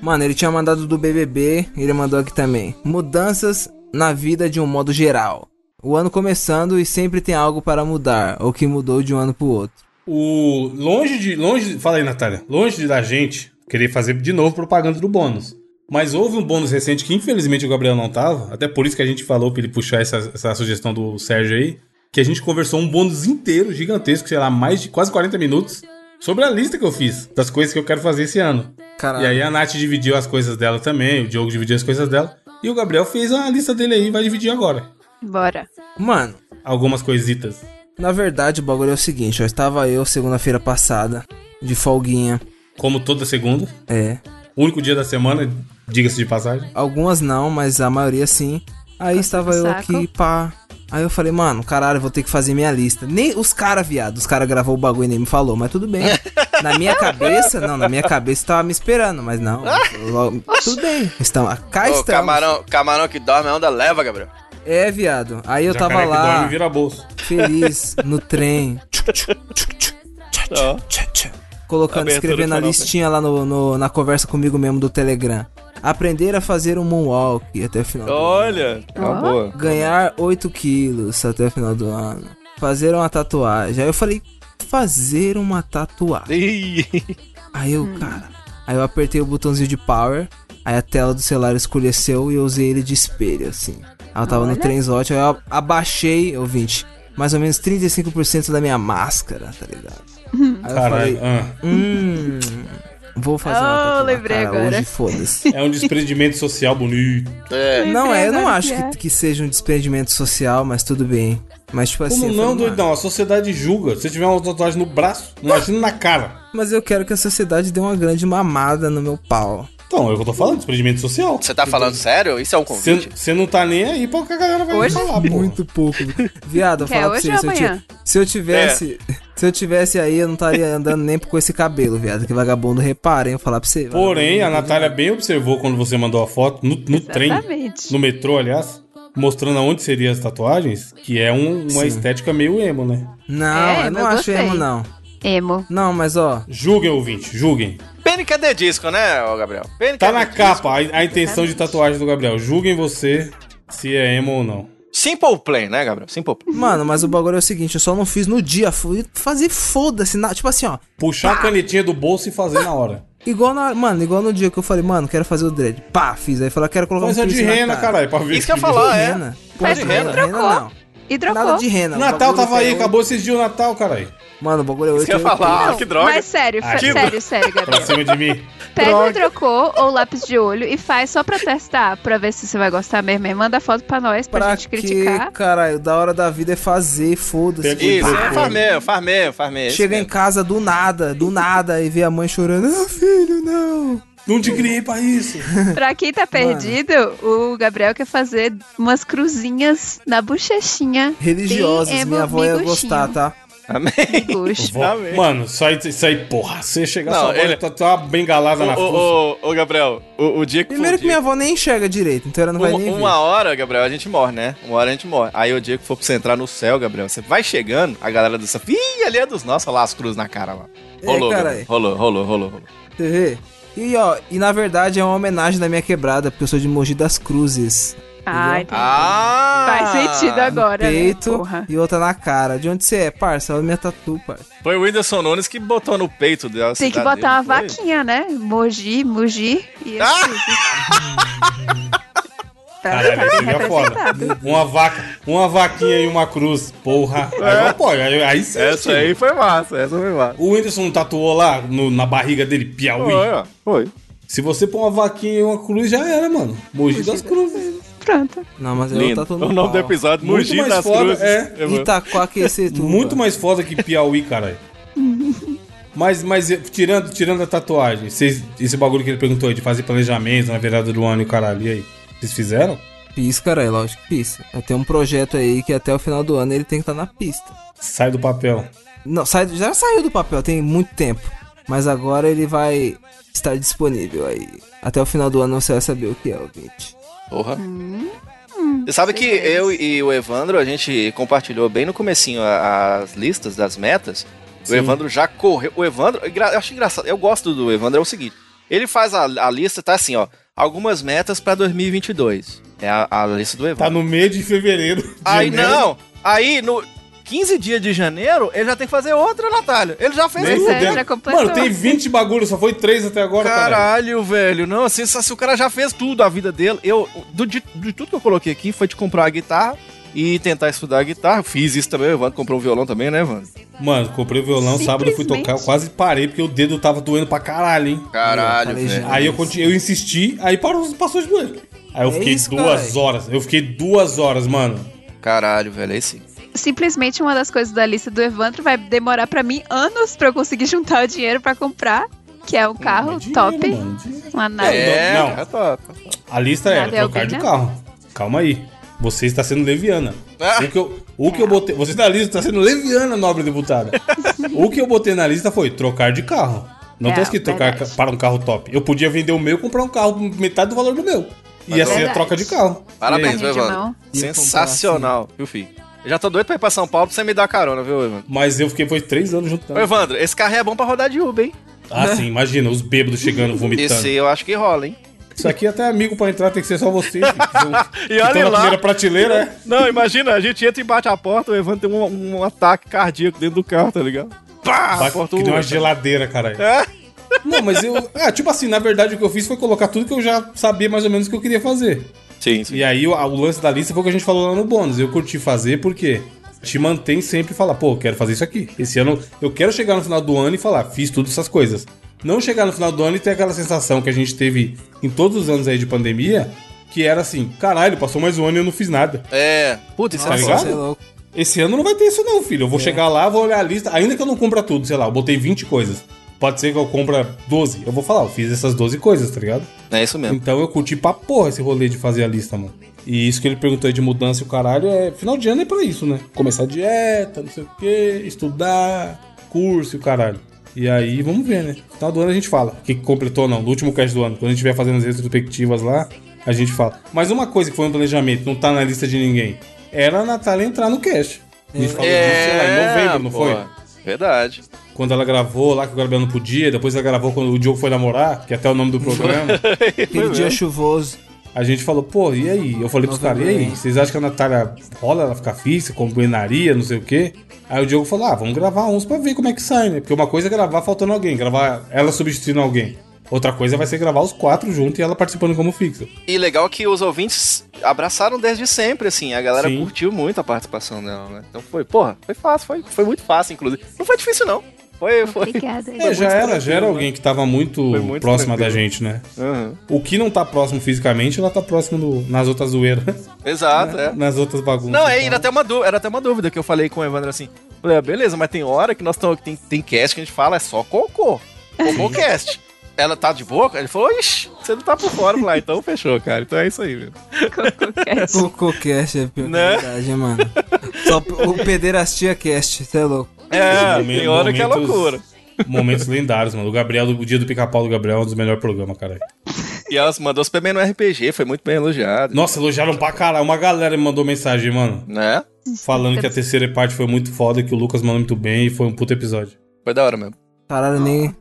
Mano, ele tinha mandado do BBB, ele mandou aqui também. Mudanças na vida de um modo geral. O ano começando e sempre tem algo para mudar, ou que mudou de um ano pro outro.
O. Longe de. Longe. Fala aí, Natália. Longe de- da gente querer fazer de novo propaganda do bônus. Mas houve um bônus recente que infelizmente o Gabriel não tava. Até por isso que a gente falou pra ele puxar essa, essa sugestão do Sérgio aí. Que a gente conversou um bônus inteiro, gigantesco, sei lá, mais de quase 40 minutos. Sobre a lista que eu fiz das coisas que eu quero fazer esse ano.
Caralho.
E aí a Nath dividiu as coisas dela também, o Diogo dividiu as coisas dela. E o Gabriel fez a lista dele aí, vai dividir agora.
Bora.
Mano,
Algumas coisitas.
na verdade o bagulho é o seguinte, ó, estava eu segunda-feira passada, de folguinha,
Como toda segunda.
é.
Único dia da semana, diga-se de passagem.
Algumas não, mas a maioria sim. Aí estava eu
saco.
aqui, pá. Aí eu falei, mano, caralho, eu vou ter que fazer minha lista. Nem os caras, viado, os caras gravou o bagulho e nem me falou, mas tudo bem. na minha cabeça, não, na minha cabeça tava me esperando, mas não. logo- tudo bem. Estão, cá
Ô,
estamos.
camarão, camarão que dorme, a onda leva, Gabriel.
É, viado. Aí eu
Jacaré
tava
que
lá,
dorme vira bolso.
feliz, no trem. Tchuc, tchuc, tchuc, tchuc, tchuc,
Ó.
tchuc, tchuc. colocando,
Abertura do
escrevendo a
Final
listinha lá no, no- na conversa comigo mesmo do Telegram. Aprender a fazer um moonwalk até o final do ano.
Olha,
É uma
Ó.
boa.
Ganhar 8 quilos até o final do ano. Fazer uma tatuagem. Aí eu falei, fazer uma tatuagem.
Ih,
Aí eu,
Hum.
cara. Aí eu apertei o botãozinho de power. Aí a tela do celular escureceu e eu usei ele de espelho, assim. Aí eu tava no
Olha.
trenzote, aí eu abaixei, ouvinte, mais ou menos 35% da minha máscara, tá ligado?
Hum.
Aí eu
Caralho.
falei,
ah.
hum, vou fazer uma
Oh,
tatu na
lembrei
cara
agora.
hoje, foda-se.
É um desprendimento social bonito.
é.
Não, é, eu não
agora
acho
que é.
que, que seja um despendimento social, mas tudo bem. Mas tipo assim,
Como
eu falei,
não,
"Mano,
doidão? A sociedade julga. Se você tiver uma tatuagem no braço, imagina na cara.
Mas eu quero que a sociedade dê uma grande mamada no meu pau.
Então, é o que eu tô falando, desprendimento social.
Você tá falando sério? Isso é um convite?
Você não tá nem aí pra o que a galera vai
Hoje?
falar, pô.
Muito pouco. Viado, eu
Quer
falo pra
hoje
você,
ou
se eu, ti-
amanhã?
se eu tivesse. Se eu tivesse aí, eu não estaria andando nem com esse cabelo, viado. Que vagabundo repara, hein? Eu falar pra você.
Porém, a Natália bem observou quando você mandou a foto, no, no trem,
Exatamente.
no metrô, aliás, mostrando aonde seriam as tatuagens, que é um- uma
Sim.
estética meio emo, né?
Não,
É,
eu não
eu
acho
gostei.
emo, não.
Emo.
Não, mas ó.
Julguem, ouvinte, julguem.
PNKD disco, né, ô Gabriel? PNKD
Tá na
disco.
capa a, a intenção de tatuagem do Gabriel. Julguem você se é emo ou não.
Simple Play, né, Gabriel? Simple Play.
Mano, mas o bagulho é o seguinte: eu só não fiz no dia. Fui fazer foda-se. na- Tipo assim, ó.
Puxar a canetinha do bolso e fazer na hora.
Igual na. Mano, igual no dia que eu falei, mano, quero fazer o dread. Pá, fiz. Aí falar, quero colocar um
Mas é de
piercing na
rena,
cara.
caralho, pra ver.
né, Isso que eu ia
se-
falar, é. né, um
Rena. Pô,
Ah, Mas
de
rena,
rena, rena
trocou.
não.
E trocou.
Nada de rena. o
Natal
bagulho
tava aí,
é-
um-
acabou esses dias o Natal, caralho.
Mano, o bagulho é
Isso que eu ia
8
falar.
Não,
Ah, que droga.
Mas sério,
Ah,
fe-
que
sério, sério,
É
Pra
Gabriel.
cima de mim.
Pega o trocou ou lápis de olho e faz só pra testar, pra ver se você vai gostar mesmo. E manda foto pra nós, pra,
Pra
gente
quê,
criticar.
caralho? Da hora da vida é fazer, foda-se.
Pega
Isso,
Simple
é
Play.
farmeio, farmeio,
é
farmeio. esse
Chega em
mesmo.
casa do nada, do nada, e vê a mãe chorando. Ah, filho, não.
Não te criei pra isso.
Pra quem tá perdido, o Gabriel quer fazer umas cruzinhas na bochechinha.
Religiosas,
Bem emo,
minha avó ia
bem
gostar,
gostinho.
tá?
Amém.
Puxa.
Vó-
Exatamente.
Mano, isso aí, isso aí, porra. Você chegar
Não,
sua avó
ele-
e tatuar tá uma bengalada na
Ô,
fuça.
ô, ô, ô, Gabriel, o, o dia que
Primeiro
for
que minha avó nem enxerga direito, então ela não vai
Uma,
nem ver.
uma hora, Gabriel, a gente morre, né? Uma hora a gente morre. Aí o dia que for pra você entrar no céu, Gabriel, você vai chegando, a galera do céu. Ih, ali é dos nossos, olha lá as cruzes na cara lá.
É,
Rolou,
carai.
Gabriel, rolou, rolou, rolou, rolou.
Você vê? E ó, e na verdade é uma homenagem da minha quebrada, porque eu sou de Mogi das Cruzes.
Ah, entendi.
Ah!
Faz sentido agora, né?
peito
Porra.
e outra na cara. De onde você é, parça? Olha minha tatu, parça.
Foi o Whindersson Nunes que botou no peito dela.
Tem que
tá
botar uma vaquinha, né? Mogi, Mugi e assim.
Ah!
esse- Pra
Ah! Caralho,
Tá
ficar
aí
bem
é foda.
tá representado.
Uma vaca, uma vaquinha e uma cruz. Porra. Aí eu apoio. Aí, aí sim.
É. Essa
tio.
aí foi massa, essa foi massa.
O Whindersson tatuou lá no- na barriga dele, Piauí.
Foi, ó, foi.
Se você pôr uma vaquinha e uma cruz, já era, mano. Mogi das cruzes.
Pronto.
Não, mas eu
Lindo.
tatu no
o nome do
tá pau.
episódio,
Muito
Mugi
mais
das
foda,
Cruzes.
é.
Eu-
Itacoaquecetuba.
Muito mais foda que Piauí, caralho. Mas, mas eh, tirando, tirando a tatuagem, vocês, esse bagulho que ele perguntou aí de fazer planejamento na virada do ano e o caralho, e aí? Vocês fizeram?
Fiz, caralho, é lógico que fiz. Eu tenho um projeto aí que até o final do ano ele tem que estar na pista.
Sai do papel.
Não, sai- já saiu do papel, tem muito tempo. Mas agora ele vai estar disponível aí. Até o final do ano você vai saber o que é, ouvinte.
Porra.
Hum.
Você sabe que eu e o Evandro, a gente compartilhou bem no comecinho a- as listas das metas. O
Sim.
Evandro já correu. O Evandro, engra- eu acho engraçado, eu gosto do Evandro, é o seguinte. Ele faz a, a lista, tá assim, ó. Algumas metas pra 2022. É a, a lista do
Tá
Evandro.
no né? meio de fevereiro. de
aí
janeiro.
não, aí no 15 dias de janeiro, ele já tem que fazer outra, Natália. Ele já fez
Nem
Pois é,
fudendo.
já completou.
Mano, tem 20 bagulhos, só foi 3 até agora, caralho.
Caralho, velho. Não, assim, se, se o cara já fez tudo a vida dele, eu. do- de, de tudo que eu coloquei aqui foi de comprar a guitarra e tentar estudar a guitarra. Eu Fiz isso também, o Evandro comprou um violão também, né, Evandro?
Mano, comprei o violão, sábado eu fui tocar, eu quase parei porque o dedo tava doendo pra caralho, hein?
Caralho,
Falei
velho.
já.
Aí eu, conti- eu insisti, aí parou, passou de doer. Aí eu
É
fiquei
isso,
duas
caralho.
horas, eu fiquei duas horas, mano.
Caralho, velho, é aí sim.
Simplesmente uma das coisas da lista do Evandro vai demorar pra mim anos pra eu conseguir juntar o dinheiro pra comprar, que é um carro
É dinheiro,
top,
mano, dinheiro.
uma nave.
É, não.
cara, tá- tá-
A lista era
Nada é
trocar de
obrigação.
carro. Calma aí. Você está sendo leviana.
Ah.
O que eu, o que eu botei. Você na lista está sendo leviana, nobre deputada. o que eu botei na lista foi trocar de carro. Não
É,
tá escrito trocar
verdade.
ca- para um carro top. Eu podia vender o meu e comprar um carro por metade do valor do meu. Ia ser a
é Verdade.
troca de carro. É.
Parabéns,
Carrinho de
assim.
Evandro.
mão.
Ia comprar,
Sensacional, viu, filho? Eu já tô doido pra ir pra São Paulo pra você me dar carona, viu, Evandro?
Mas eu fiquei, foi três anos
Ô,
juntando.
Evandro, esse carro é bom pra rodar de Uber, hein?
Ah, sim, imagina, os bêbados chegando, vomitando.
Esse eu acho que rola, hein?
Isso aqui até amigo pra entrar tem que ser só você.
E olha
na
lá.
primeira prateleira, é.
Não, imagina, a gente entra e bate a porta, o Evandro tem um, um ataque cardíaco dentro do carro, tá ligado? Pá!
Tá,
a porta
que nem uma
Uber.
geladeira, caralho.
É.
Não, mas eu. Ah, tipo assim, na verdade o que eu fiz foi colocar tudo que eu já sabia mais ou menos o que eu queria fazer.
Sim, sim.
E aí o, o lance da lista foi o que a gente falou lá no bônus. Eu curti fazer porque te mantém sempre e falar, pô, eu quero fazer isso aqui. Esse ano eu quero chegar no final do ano e falar, fiz todas essas coisas. Não chegar no final do ano e ter aquela sensação que a gente teve em todos os anos aí de pandemia, que era assim, caralho, passou mais um ano e eu não fiz nada.
É. Puta, isso
Tá
é
ligado?
Você é louco.
Esse ano não vai ter isso não, filho. Eu vou chegar lá, vou olhar a lista, ainda que eu não compra tudo, sei lá, eu botei 20 coisas. Pode ser que eu compra 12. Eu vou falar, eu fiz essas 12 coisas, tá ligado?
É isso mesmo.
Então eu curti pra porra esse rolê de fazer a lista, mano. E isso que ele perguntou aí de mudança e o caralho é. Final de ano é pra isso, né? Começar a dieta, não sei o quê, estudar, curso e o caralho. E aí, vamos ver, né? Final do ano a gente fala. O que que completou ou não, do último cast do ano. Quando a gente estiver fazendo as retrospectivas lá, a gente fala. Mas uma coisa que foi um planejamento, não tá na lista de ninguém, era a Natália entrar no cast. A gente falou disso, sei lá, em novembro, não
pô.
foi?
Verdade.
Quando ela gravou lá, que o Gabriel não podia, depois ela gravou quando o Diogo foi namorar, que é até o nome do programa.
Aquele dia chuvoso.
A gente falou, pô, e aí? Eu falei pros caras, e aí? Vocês acham que a Natália rola, ela fica fixa, combinaria, não sei o quê? Aí o Diogo falou, ah, vamos gravar uns pra ver como é que sai, né? Porque uma coisa é gravar faltando alguém, gravar ela substituindo alguém. Outra coisa vai ser gravar os quatro juntos e ela participando como fixa.
E legal que os ouvintes abraçaram desde sempre, assim. A galera
Sim.
curtiu muito a participação dela, né? Então foi, porra, foi fácil, foi, foi muito fácil, inclusive. Não foi difícil, não. Foi, foi.
Obrigada.
É, já era, já era alguém que tava muito,
né? Foi muito
próxima da
tranquilo.
gente, né?
Aham.
O que não tá próximo fisicamente, ela tá próximo do- nas outras zoeiras,
Exato, é.
nas outras bagunças.
Não, é,
e
era
tal.
até, uma dú- era até uma dúvida que eu falei com o Evandro assim. Falei, ah, beleza, mas tem hora que nós estamos. Tem, tem cast que a gente fala, é só cocô. Cocô cast. Ela tá de boca? Ele falou, ixi, você não tá por fora. Eu falei, ah, então fechou, cara. Então é isso aí, velho.
Cococast.
Cocô cast é pior que
Né?
a verdade, hein, mano. Só p- o pederastia cast, você é louco.
É,
Momento-
tem hora que é
momentos-
loucura.
Momentos lendários, mano. O Gabriel, o dia do pica-pau do Gabriel é um dos melhores programas, cara.
E ela se mandou super bem no RPG, foi muito bem elogiado.
Nossa, elogiaram pra caralho. Uma galera me mandou mensagem, mano.
Né?
Falando que é a terceira parte foi muito foda, que o Lucas mandou muito bem e foi um puto episódio.
Foi da hora mesmo.
Caralho, nem, nem,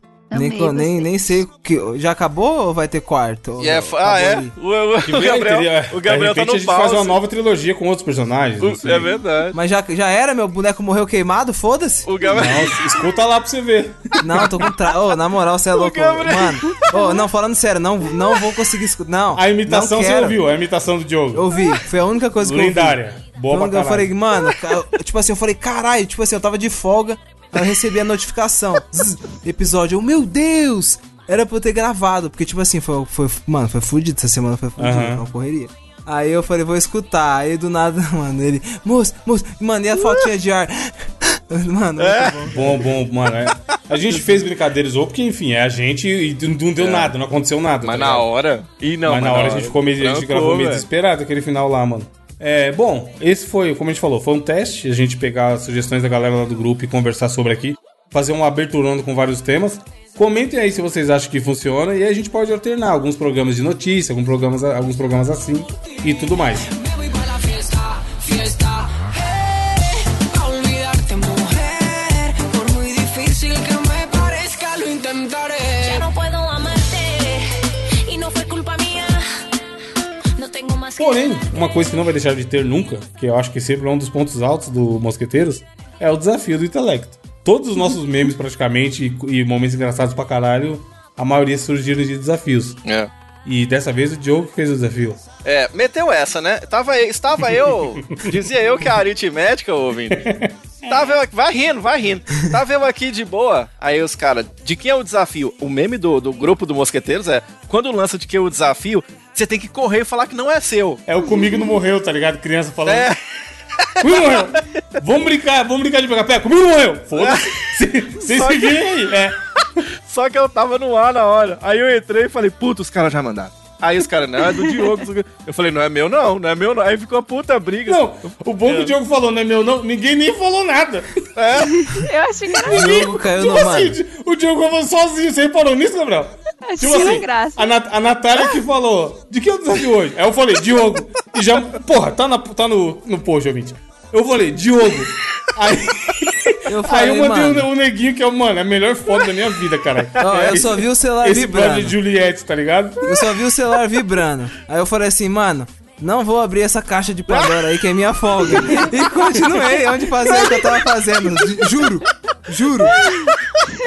Amei
co- nem,
você.
nem sei. Que, já acabou ou vai ter quarto?
E é,
Acabou
ah, é?
ali.
O, o- o Gabriel, o Gabriel
de
tá
repente a
no
gente faz uma
pause.
nova assim. trilogia com outros personagens. não
O-
sei.
É verdade.
Mas já, já era? Meu boneco morreu queimado? Foda-se.
O Gabriel.
Nossa, escuta lá pra você ver.
Não, tô com tra... Ô, na moral, você é louco.
Gabriel.
Mano, ô, não, falando sério, não, não vou conseguir escutar. Não.
A imitação
não
você
quero.
ouviu, a imitação do Diogo.
Eu vi, foi a única coisa que eu
Lendária.
ouvi.
Boa pra
Quando eu
caralho.
falei, mano, ca- eu- tipo assim, eu falei, caralho, tipo assim, eu tava de folga, aí eu recebi a notificação. Zzz, episódio, eu, meu Deus! Era pra eu ter gravado, porque tipo assim, foi, foi mano, foi fudido, essa semana foi fudido,
Aham.
foi uma correria. Aí eu falei, vou escutar. Aí do nada, mano, ele, moço, moço, mano, e a faltinha de ar? Mano,
É?
muito bom.
Bom, bom, mano. é. A gente fez brincadeiras, ou porque, enfim, é a gente e não deu nada, não aconteceu nada.
É. Mas
tá
na
ligado?
hora. E não,
mas, na hora a gente ficou meio, a gente
Trancou,
gravou meio
velho.
desesperado aquele final lá, mano. É, bom, esse foi, como a gente falou, foi um teste, a gente pegar as sugestões da galera lá do grupo e conversar sobre aqui, fazer um aberturando com vários temas. Comentem aí se vocês acham que funciona e aí a gente pode alternar alguns programas de notícia, alguns programas, alguns programas assim e tudo mais.
Me voy pa' la fiesta, fiesta, hey, a olvidarte mujer, por muy difícil que me parezca lo intentaré.
Ya no puedo amarte y no fue culpa mía. No tengo más que
Porém, uma coisa que não vai deixar de ter nunca, que eu acho que sempre é um dos pontos altos do Mosqueteiros, é o desafio do intelecto. Todos os nossos memes, praticamente, e, e momentos engraçados pra caralho, a maioria surgiram de desafios.
É.
E dessa vez o Diogo que fez o desafio.
É, meteu essa, né? Tava, eu- estava eu. dizia eu que a aritmética, ouvindo. Tava eu aqui, vai rindo, vai rindo. Tava eu aqui de boa. Aí os caras, de quem é o desafio? O meme do, do grupo do Mosqueteiros é: quando lança de quem é o desafio, você tem que correr e falar que não é seu.
É o comigo não morreu, tá ligado? Criança falando.
É.
Comigo não morreu! Vamos brincar, vamos brincar de pegar pé, comigo não morreu! Foda-se! Vocês
Só
se
que-
virem aí! É.
Só que eu tava no ar na hora. Aí eu entrei e falei, puta, os caras já mandaram. Aí os caras, não, é do Diogo. não sei o quê. Eu falei, não é meu não, não é meu não. Aí ficou uma puta briga.
Não, o bom que o Diogo falou, não é meu, não, ninguém nem falou nada.
Eu achei que era
O jogo caiu
Tipo
no mano.
assim, o Diogo falou sozinho, você reparou nisso, Gabriel? Tipo
Sem
assim,
graça.
a, Nat- a Natália que falou, de que eu desafio hoje? Aí eu falei, Diogo. E já, porra, tá, na- tá no, no post, ouvinte. Eu falei, Diogo. Aí,
Eu
aí
falei,
eu mandei
mano.
o um neguinho que é, mano, a melhor foto da minha vida, cara.
Ó, eu só vi o celular
Esse brother
vibrando.
de Juliette, tá ligado?
Eu só vi o celular vibrando. Aí eu falei assim, mano, não vou abrir essa caixa de Pandora aí que é minha folga. E continuei onde fazer o que eu tava fazendo. ju- Juro, juro.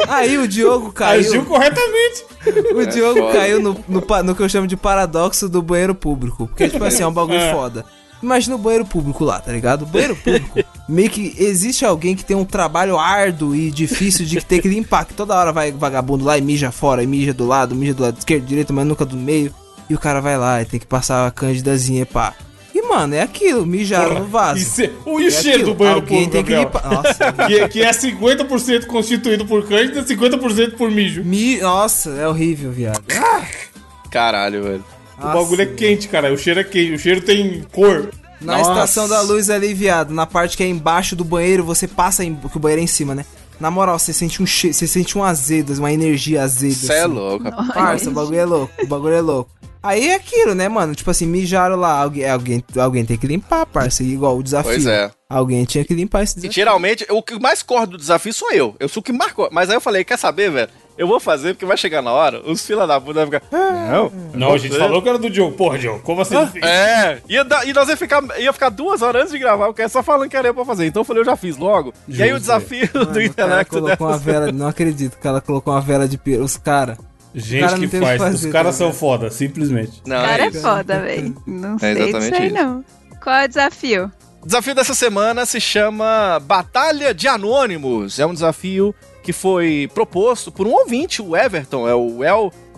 Aí o Diogo
Agiu
caiu.
corretamente.
O
É
Diogo
foda.
caiu no, no, pa- no que eu chamo de paradoxo do banheiro público. Porque, tipo assim, é um bagulho foda. Imagina o banheiro público lá, tá ligado? O banheiro público. Meio que existe alguém que tem um trabalho árduo e difícil de ter que limpar. Que toda hora vai vagabundo lá e mija fora, e mija do lado, mija do lado esquerdo, direito, mas nunca do meio. E o cara vai lá e tem que passar a candidazinha, pá. E, mano, é aquilo, mijaram no vaso.
E, se- o, e
É
o cheiro
aquilo,
do banheiro
Alguém
público,
tem que
Gabriel?
limpar. Nossa,
Que, que é 50% constituído por cândida e 50% por mijo.
mi... Nossa, é horrível, viado.
Caralho, velho.
o bagulho é quente, cara. O cheiro é quente. O cheiro tem cor.
Na
Nossa.
estação da luz ali, viado, na parte que é embaixo do banheiro, você passa em... que o banheiro é em cima, né? Na moral, você sente um cheiro, você sente um azedo, uma energia azeda.
Cê é
assim.
louco. rapaz.
Parça, o bagulho é louco, o bagulho é louco. Aí é aquilo, né, mano? Tipo assim, mijaram lá, alguém, alguém, alguém tem que limpar, parça, igual o desafio.
Pois é.
Alguém tinha que limpar esse
E
desafio.
geralmente, o que mais corre do desafio sou eu. Eu sou o que marcou. Mas aí eu falei, quer saber, velho? Eu vou fazer porque vai chegar na hora, os fila da puta vão ficar. "Ah." Não.
Não, a gente falou que era do Diogo. Porra, Diogo, como assim?
Ah,
É, e, e nós ia ficar, ia ficar duas horas antes de gravar, porque é só falando que era eu pra fazer. Então eu falei, eu já fiz logo. e aí o desafio do
é. Mano, o cara
intelecto dela.
colocou uma vela, não acredito que ela colocou uma vela de pira. Os caras.
Gente
cara não
que
tem o que
faz.
fazer,
Os caras
tá
são foda, simplesmente.
Não,
cara
é
é
isso. É
foda, velho. Não sei disso
exatamente
aí,
isso.
não. Qual é o desafio?
O desafio dessa semana se chama Batalha de Anônimos. É um desafio que foi proposto por um ouvinte, o Everton, é o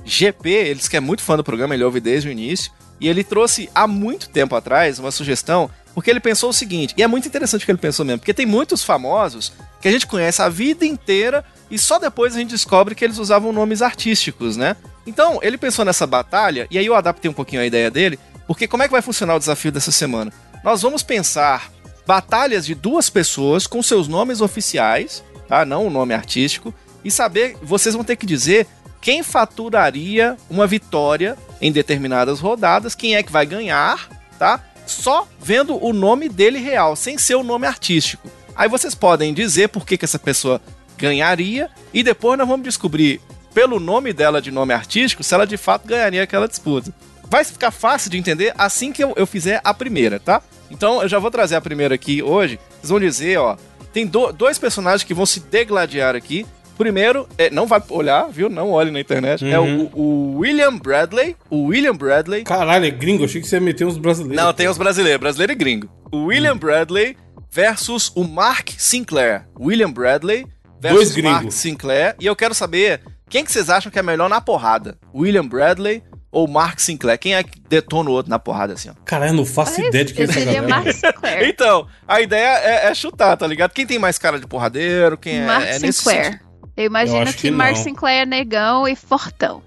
LGP, ele disse que é muito fã do programa, ele ouve desde o início. E ele trouxe há muito tempo atrás uma sugestão, porque ele pensou o seguinte, e é muito interessante o que ele pensou mesmo, porque tem muitos famosos que a gente conhece a vida inteira e só depois a gente descobre que eles usavam nomes artísticos, né? Então, ele pensou nessa batalha, e aí eu adaptei um pouquinho a ideia dele, porque como é que vai funcionar o desafio dessa semana? Nós vamos pensar batalhas de duas pessoas com seus nomes oficiais, tá? Não o nome artístico, e saber, vocês vão ter que dizer quem faturaria uma vitória em determinadas rodadas, quem é que vai ganhar, tá? Só vendo o nome dele real, sem ser o nome artístico. Aí vocês podem dizer por que, que essa pessoa ganharia e depois nós vamos descobrir pelo nome dela de nome artístico se ela de fato ganharia aquela disputa. Vai ficar fácil de entender assim que eu, eu fizer a primeira, tá? Então eu já vou trazer a primeira aqui hoje. Vocês vão dizer, ó, tem do- dois personagens que vão se degladiar aqui. Primeiro, é, não vai olhar, viu? Não olhe na internet. É o, o William Bradley. O William Bradley.
Caralho, é gringo. Achei que você ia meter uns brasileiros.
Não, tem os brasileiros, brasileiro e gringo. O William Bradley versus o Mark Sinclair. William Bradley versus
Dois gringos.
Mark Sinclair. E eu quero saber quem que vocês acham que é melhor na porrada. William Bradley ou Mark Sinclair? Quem é que detona o outro na porrada assim, ó?
Caralho, eu não faço ideia de quem é
eu
essa
seria
galera.
Mark Sinclair.
Então, a ideia é, é chutar, tá ligado? Quem tem mais cara de porradeiro, quem é-
Mark
é, nesse
Sinclair. Eu imagino
Eu acho
que,
que
Mark
não.
Sinclair é negão e fortão.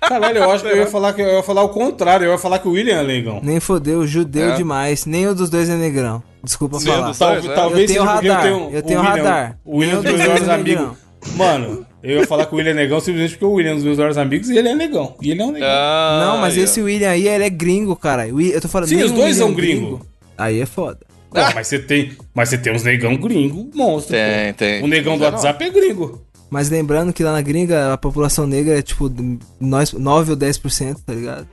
Caralho, eu acho que eu ia falar que eu ia falar o contrário. Eu ia falar que o William é leigão.
Nem fodeu, judeu
É.
demais. Nenhum dos dois é negrão. Desculpa
Nenhum
falar.
dos
Tal-
Pois é.
Talvez
Eu tenho
seja porque eu
radar,
tenho.
eu tenho
o William-
radar.
O William é um dos
Eu
meus
tenho
melhores
radar
amigos. Mano, eu ia falar que o William é negão simplesmente porque o William é um dos meus melhores amigos e ele é negão. E ele é um negão.
Ah,
Não, mas
aí, ó.
esse William aí, ele é gringo, cara. O Wi- Eu tô falando
Sim,
nem
os
o
dois
William
são gringo.
Aí é foda.
Pô, mas você tem. Mas você tem uns negão gringo, monstro.
Tem,
pô.
tem.
O negão do
Não.
WhatsApp é gringo.
Mas lembrando que lá na gringa a população negra é tipo nós, 9 ou 10%, tá ligado?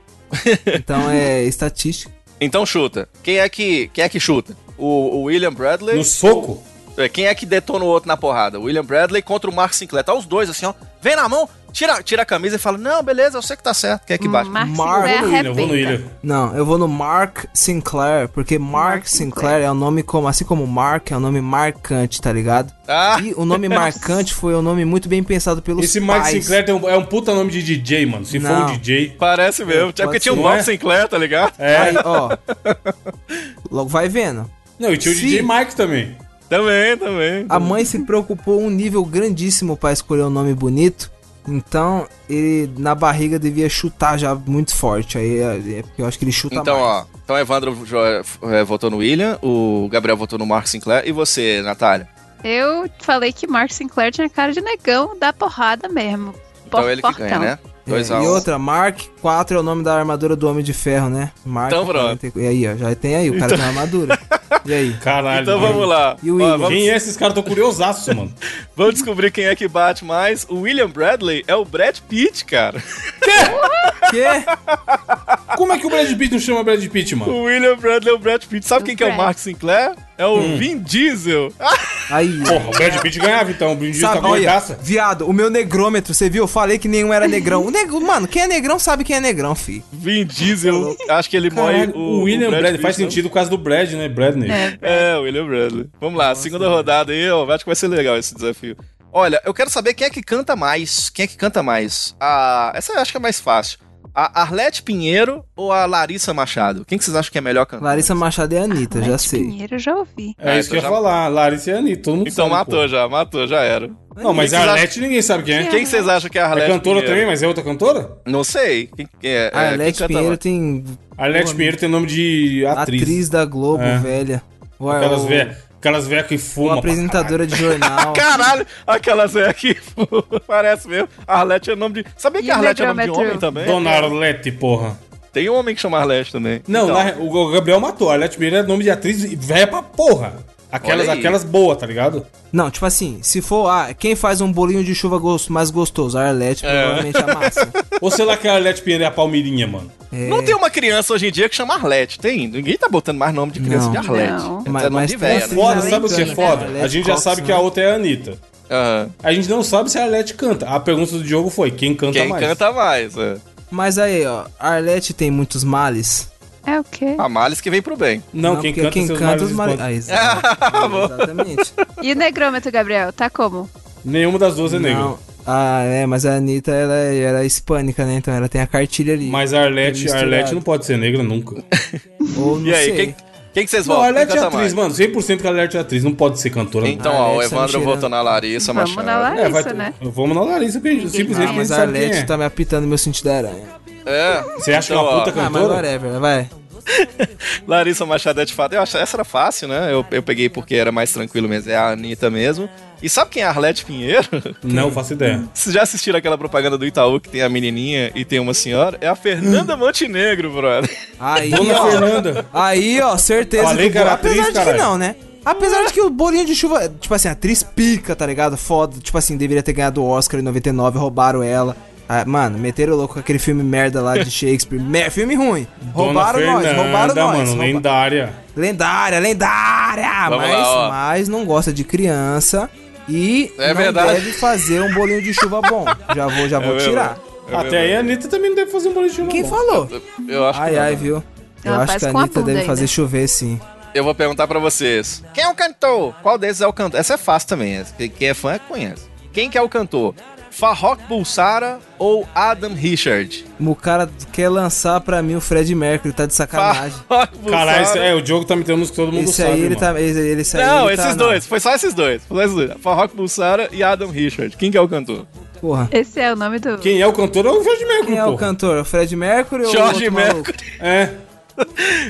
Então é estatística.
Então chuta. Quem é que, quem é que chuta? O, o William Bradley
No soco.
É, Quem é que detona o outro na porrada? O William Bradley contra o Mark Sinclair. Tá os dois assim, ó. Vem na mão, tira, tira a camisa e fala: Não, beleza, eu sei que tá certo. Quem é que bate?
Mark
Mark-
Sinclair é
Eu vou no William, eu vou no
arrebenta.
William.
Não, eu vou no Mark Sinclair, porque Mark,
Mark
Sinclair,
Sinclair.
é um nome como, assim como Mark, é um nome marcante, tá ligado?
Ah,
E o nome marcante foi um nome muito bem pensado pelos
Esse
pais.
Mark Sinclair tem um- é um puta nome de DJ, mano. Se
Não.
for um DJ.
parece mesmo. É
Pode
porque tinha o
ser.
Bob Sinclair, tá ligado?
É.
Aí, ó. Logo vai vendo.
Não, e tinha o
Sim.
DJ Mike também.
Também, também.
A mãe se preocupou um nível grandíssimo pra escolher um nome bonito. Então, ele na barriga devia chutar já muito forte. Aí é, é porque eu acho que ele chuta
Então,
mais.
ó. Então, Evandro jo- é, votou no William, o Gabriel votou no Mark Sinclair. E você, Natália?
Eu falei que Mark Sinclair tinha cara de negão, dá porrada mesmo.
Então,
Por-
ele que
fortão.
ganha, né? Dois
É,
a
e
um.
outra, Mark 4 é o nome da armadura do Homem de Ferro, né? Mark
Então, pronto.
Então.
44. E aí, ó, já tem aí, o cara tem uma armadura. E aí?
Caralho.
Então
mano.
vamos lá.
E o
Ó,
William?
vamos,
Quem é esses caras? Tô curiosaço, mano.
vamos descobrir quem é que bate mais. O William Bradley é o Brad Pitt, cara.
Quê?
Como é que o Brad Pitt não chama Brad Pitt, mano?
O William Bradley é o Brad Pitt. Sabe
O
quem que é o
Brad.
Mark Sinclair? É o
Hum.
Vin Diesel.
Aí.
Porra, o Brad Pitt ganhava então. O Brad Pitt tá
Sabe, é?
com a
olha,
graça.
viado, o meu negrômetro, você viu? Eu falei que nenhum era negrão. O negro, mano, quem é negrão sabe quem é negrão, fi.
Vin Diesel. Acho que ele morre
Caralho, o William Bradley. Faz
Pitt, não?
sentido por causa do Brad, né? Bradley.
É, William Bradley. Vamos lá, segunda rodada aí, ó, acho que vai ser legal esse desafio. Olha, eu quero saber quem é que canta mais. Quem é que canta mais? A... Essa eu acho que é mais fácil. A Arlete Pinheiro ou a Larissa Machado? Quem que vocês acham que é melhor cantar?
Larissa Machado e Anitta, já
Alex
sei.
Pinheiro, eu já ouvi.
É,
É,
isso que eu ia
então já-
falar. Larissa e Anitta. Todo mundo
Então
sabe,
matou
pô.
já, matou, já era.
Não, mas
Quem que
a
vocês
Arlete ninguém sabe quem é.
Quem que vocês acham que é a
É
Arlete
cantora
Pinheiro?
também, mas é outra cantora?
Não sei. Quem que é?
A
é,
Arlete
quem canta
Ah, Pinheiro
lá?
tem
Arlete
Porra,
Pinheiro tem nome de
atriz,
atriz.
da Globo,
É.
velha. Ou,
Aquelas
ou-
velhas aquelas véia que
ou
fumam.
apresentadora de jornal.
Caralho, aquela Zé aqui. Parece mesmo. Arlete é nome de. Sabia que
E o
Arlete é nome de
Metrômetro?
homem também?
Dona Arlete, porra.
Tem um homem que chama Arlete também.
Não,
Então,
na re- o Gabriel matou. A Arlete Pinheiro é nome de atriz e velha pra porra. Aquelas,
Olha aí.
aquelas boas, tá ligado?
Não, tipo assim, se for, ah, quem faz um bolinho de chuva gos- mais gostoso? A Arlete,
É.
provavelmente a massa.
Ou sei lá que a Arlete Pinheiro é a Palmeirinha, mano.
É,
Não tem uma criança hoje em dia que chama Arlete, tem? Ninguém tá botando mais nome de criança
Não.
de Arlete.
Não.
É
Mas-
nome
mas
de
tem
velha.
assim-
né?
Foda,
Não,
sabe o que é
né?
foda?
Arlete
A gente já
Cox,
sabe
né?
que a outra é a Anitta.
Aham.
A gente não sabe se a Arlete canta. A pergunta do Diogo foi: quem canta
Quem
mais?
canta mais? É.
Mas aí, ó, a Arlete tem muitos males.
É o quê?
A males que vem pro bem.
Não, quem
porque
canta
quem
seus
canta
males
os males.
esconde.
Ah, exato. Exatamente.
E o negrômetro, Gabriel? Tá como?
Nenhuma das duas é negra.
Não. Ah, é, mas a Anitta, ela era hispânica, né? Então ela tem a cartilha ali.
Mas a Arlete, a
Misturado.
Arlete não pode ser negra nunca.
Ou não
E aí,
sei.
quem, quem que vocês
Não,
votam?
a
Quem
Arlete é
canta mais?
atriz, mano. 100% que a Arlete é atriz. Não pode ser cantora.
Então,
A
ó, o
Arlete tá me
Evandro
tirando.
votou na Larissa
Vamos
Machado.
na
não. É, vai
Larissa,
ter-
né?
Vamos na Larissa, porque simplesmente
Ah,
ah,
mas a
sabe quem
Arlete
é.
tá me apitando meu sentido da aranha.
É.
Você acha que é uma
Então, ó,
puta
Ah, mas
cantora?
whatever, vai.
Larissa Machado é de fato. Eu acho essa era fácil, né? Eu, eu peguei porque era mais tranquilo mesmo. É a Anitta mesmo. E sabe quem é a Arlete Pinheiro?
é
não, faço ideia.
Vocês já assistiram aquela propaganda do Itaú que tem a menininha e tem uma senhora? É a Fernanda Montenegro, brother.
Aí,
Dona
ó.
Fernanda.
Aí, ó, certeza.
Falei
que
que era
o bo-
atriz,
Apesar de
caralho.
que não, né? Apesar de que o bolinho de chuva, tipo assim, a atriz pica, tá ligado? Foda, tipo assim, deveria ter ganhado o Oscar em 99, roubaram ela. Ah, mano, meteram o louco com aquele filme merda lá de Shakespeare. Me- filme ruim. roubaram
Dona
nós,
Fernanda,
roubaram nós.
mano,
rouba-
lendária.
Lendária, lendária!
Vamos
mas,
lá, ó.
mas não gosta de criança e
É
não
verdade. É
deve fazer um bolinho de chuva bom. já vou, já vou
verdade.
tirar.
Até aí a Anitta também não deve fazer um boletim não.
Quem
bom.
falou?
Eu acho que
Ai,
não,
ai,
né?
viu? Eu
Ela
acho
faz
que a
com a
Anitta
bunda
deve
ainda.
fazer chover, sim.
Eu vou perguntar pra vocês. Quem é o cantor? Qual deles é o cantor? Essa é fácil também. essa- quem- Quem é fã é que conhece. Quem que é o cantor? Farrokh Bulsara ou Adam Richard?
O cara quer lançar pra mim o Fred Mercury, tá de sacanagem.
Farrokh Bulsara.
Caralho, isso- é, o Diogo tá me dando uns que todo mundo
Esse
sabe,
aí ele
mano.
tá. Esse, ele- esse aí
Não,
ele tá-
esses dois. Foi só esses dois. Foi só esses dois. Farrokh Bulsara e Adam Richard. Quem que é o cantor?
Porra.
Esse é o nome do.
Quem é o cantor é o Fred Mercury,
Quem é o
porra.
cantor? O Fred Mercury ou o
George
outro maluco?
Mercury.
É.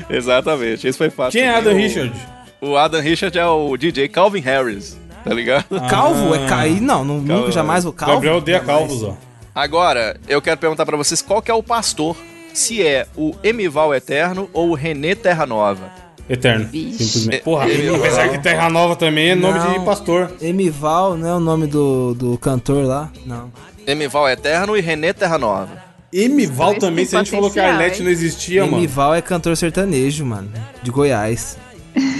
Exatamente. Esse foi fácil.
Quem é
também.
Adam
O-
Richard?
O Adam Richard é o DJ Calvin Harris. Tá ligado?
Calvo? É cair? Não, não-
Calvo.
nunca jamais o calvo.
Gabriel é odeia calvos, ó.
Agora, eu quero perguntar pra vocês qual que é o pastor. Se é o Emival Eterno ou o René Terra Nova.
Eterno.
Vixe.
Simplesmente. Porra,
É,
apesar que Terra Nova também é nome
Não.
de pastor.
Emival, não é o nome do, do cantor lá? Não.
Emival Eterno e René Terra Nova.
Emival
Dois
também,
têm
se a gente falou que a
potencial,
Arlete
hein?
não existia, mano.
Emival é cantor sertanejo, mano. De Goiás.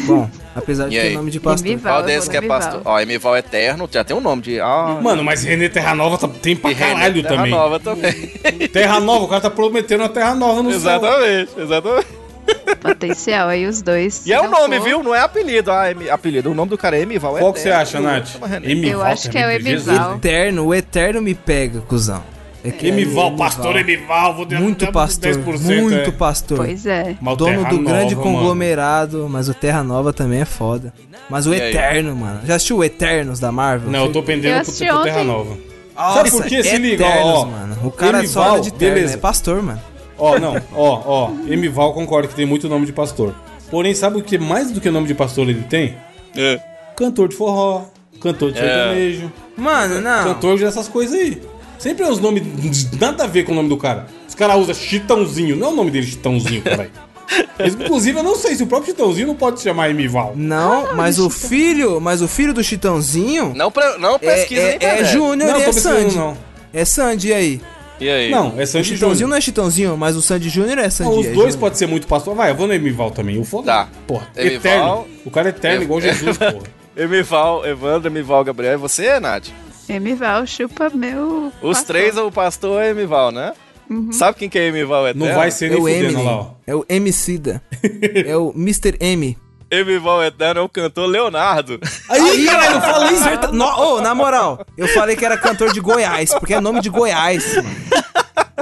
Bom, apesar de
E
ter
aí?
nome de pastor.
Emival.
Qual
eu
deles
vou
que é
no Emival.
pastor? Ó, Emival Eterno, já tem um nome de. Ah,
Mano, mas René Terra Nova tá- tem pra
e René
caralho
Terra
também.
Nova também.
Terra Nova, o cara tá prometendo a Terra Nova no céu.
exatamente, exatamente.
Potencial aí, os dois.
E é o
Não
nome,
for-
viu? Não é apelido. Ah, Emi- apelido. O nome do cara é Emival
Qual que você acha, Nath?
Chama René.
Emival.
Eu acho que é o
também, Jesus.
Emival.
Eterno, o Eterno me pega, cuzão. É que-
Emival, pastor Emival, vou dar
Muito
dar
pastor,
10%,
muito
é.
pastor.
Pois é.
Mas o
Dono
Terra
do grande
Nova, mano.
conglomerado, mas o Terra Nova também é foda. Mas o
E aí?
Eterno, mano. Já assistiu o Eternos da Marvel?
Não, eu tô
Eu
pendendo pro,
assisti
pro Terra
ontem.
Nova.
Nossa,
Sabe por quê? Se liga, ó, ó.
Eternos, mano. O cara só
Emival,
anda de terno,
beleza.
é pastor, mano.
Ó, não, ó, ó. Emival concorda que tem muito nome de pastor. Porém, sabe o que mais do que nome de pastor ele tem?
É.
Cantor de forró, cantor de
É.
sertanejo,
Mano, não.
cantor dessas coisas aí. Sempre é os nomes nada a ver com o nome do cara. Os caras usam Chitãozinho. Não é o nome dele Chitãozinho, caralho. Inclusive, eu não sei se o próprio Chitãozinho não pode se chamar Emival.
Não, mas o filho, mas o filho do Chitãozinho
tá
Não, pre- não
é,
pesquisa
é-
nem pra
é
ver.
Júnior
Não,
e
tô
é
pesquisando,
Sandy.
não.
É Sandy, e aí?
E aí?
Não, é
O
Sandy
Chitãozinho
Júnior.
não é Chitãozinho, mas o Sandy Júnior é Sandy.
Não, os
é
dois
Júnior.
pode ser muito pastor. Vai, eu vou no Emival também. Eu foda. é
Tá.
Porra,
Emival.
eterno. O cara é eterno,
Eu-
igual Jesus, porra.
Emival, Evandro, Emival, Gabriel. E você, Nath?
Emival, chupa meu.
Os
pastor. Uhum.
três, o pastor é Emival, né? Sabe quem que é Emival Eterno?
Não vai ser
É
nem
o
fudendo lá, ó.
Eminem. É o MC da. É o Mr. M.
Emival Eterno é o cantor Leonardo.
Aí, velho, eu falei isso. verdade. No- Ô, na moral, eu falei que era cantor de Goiás, porque é nome de Goiás, mano.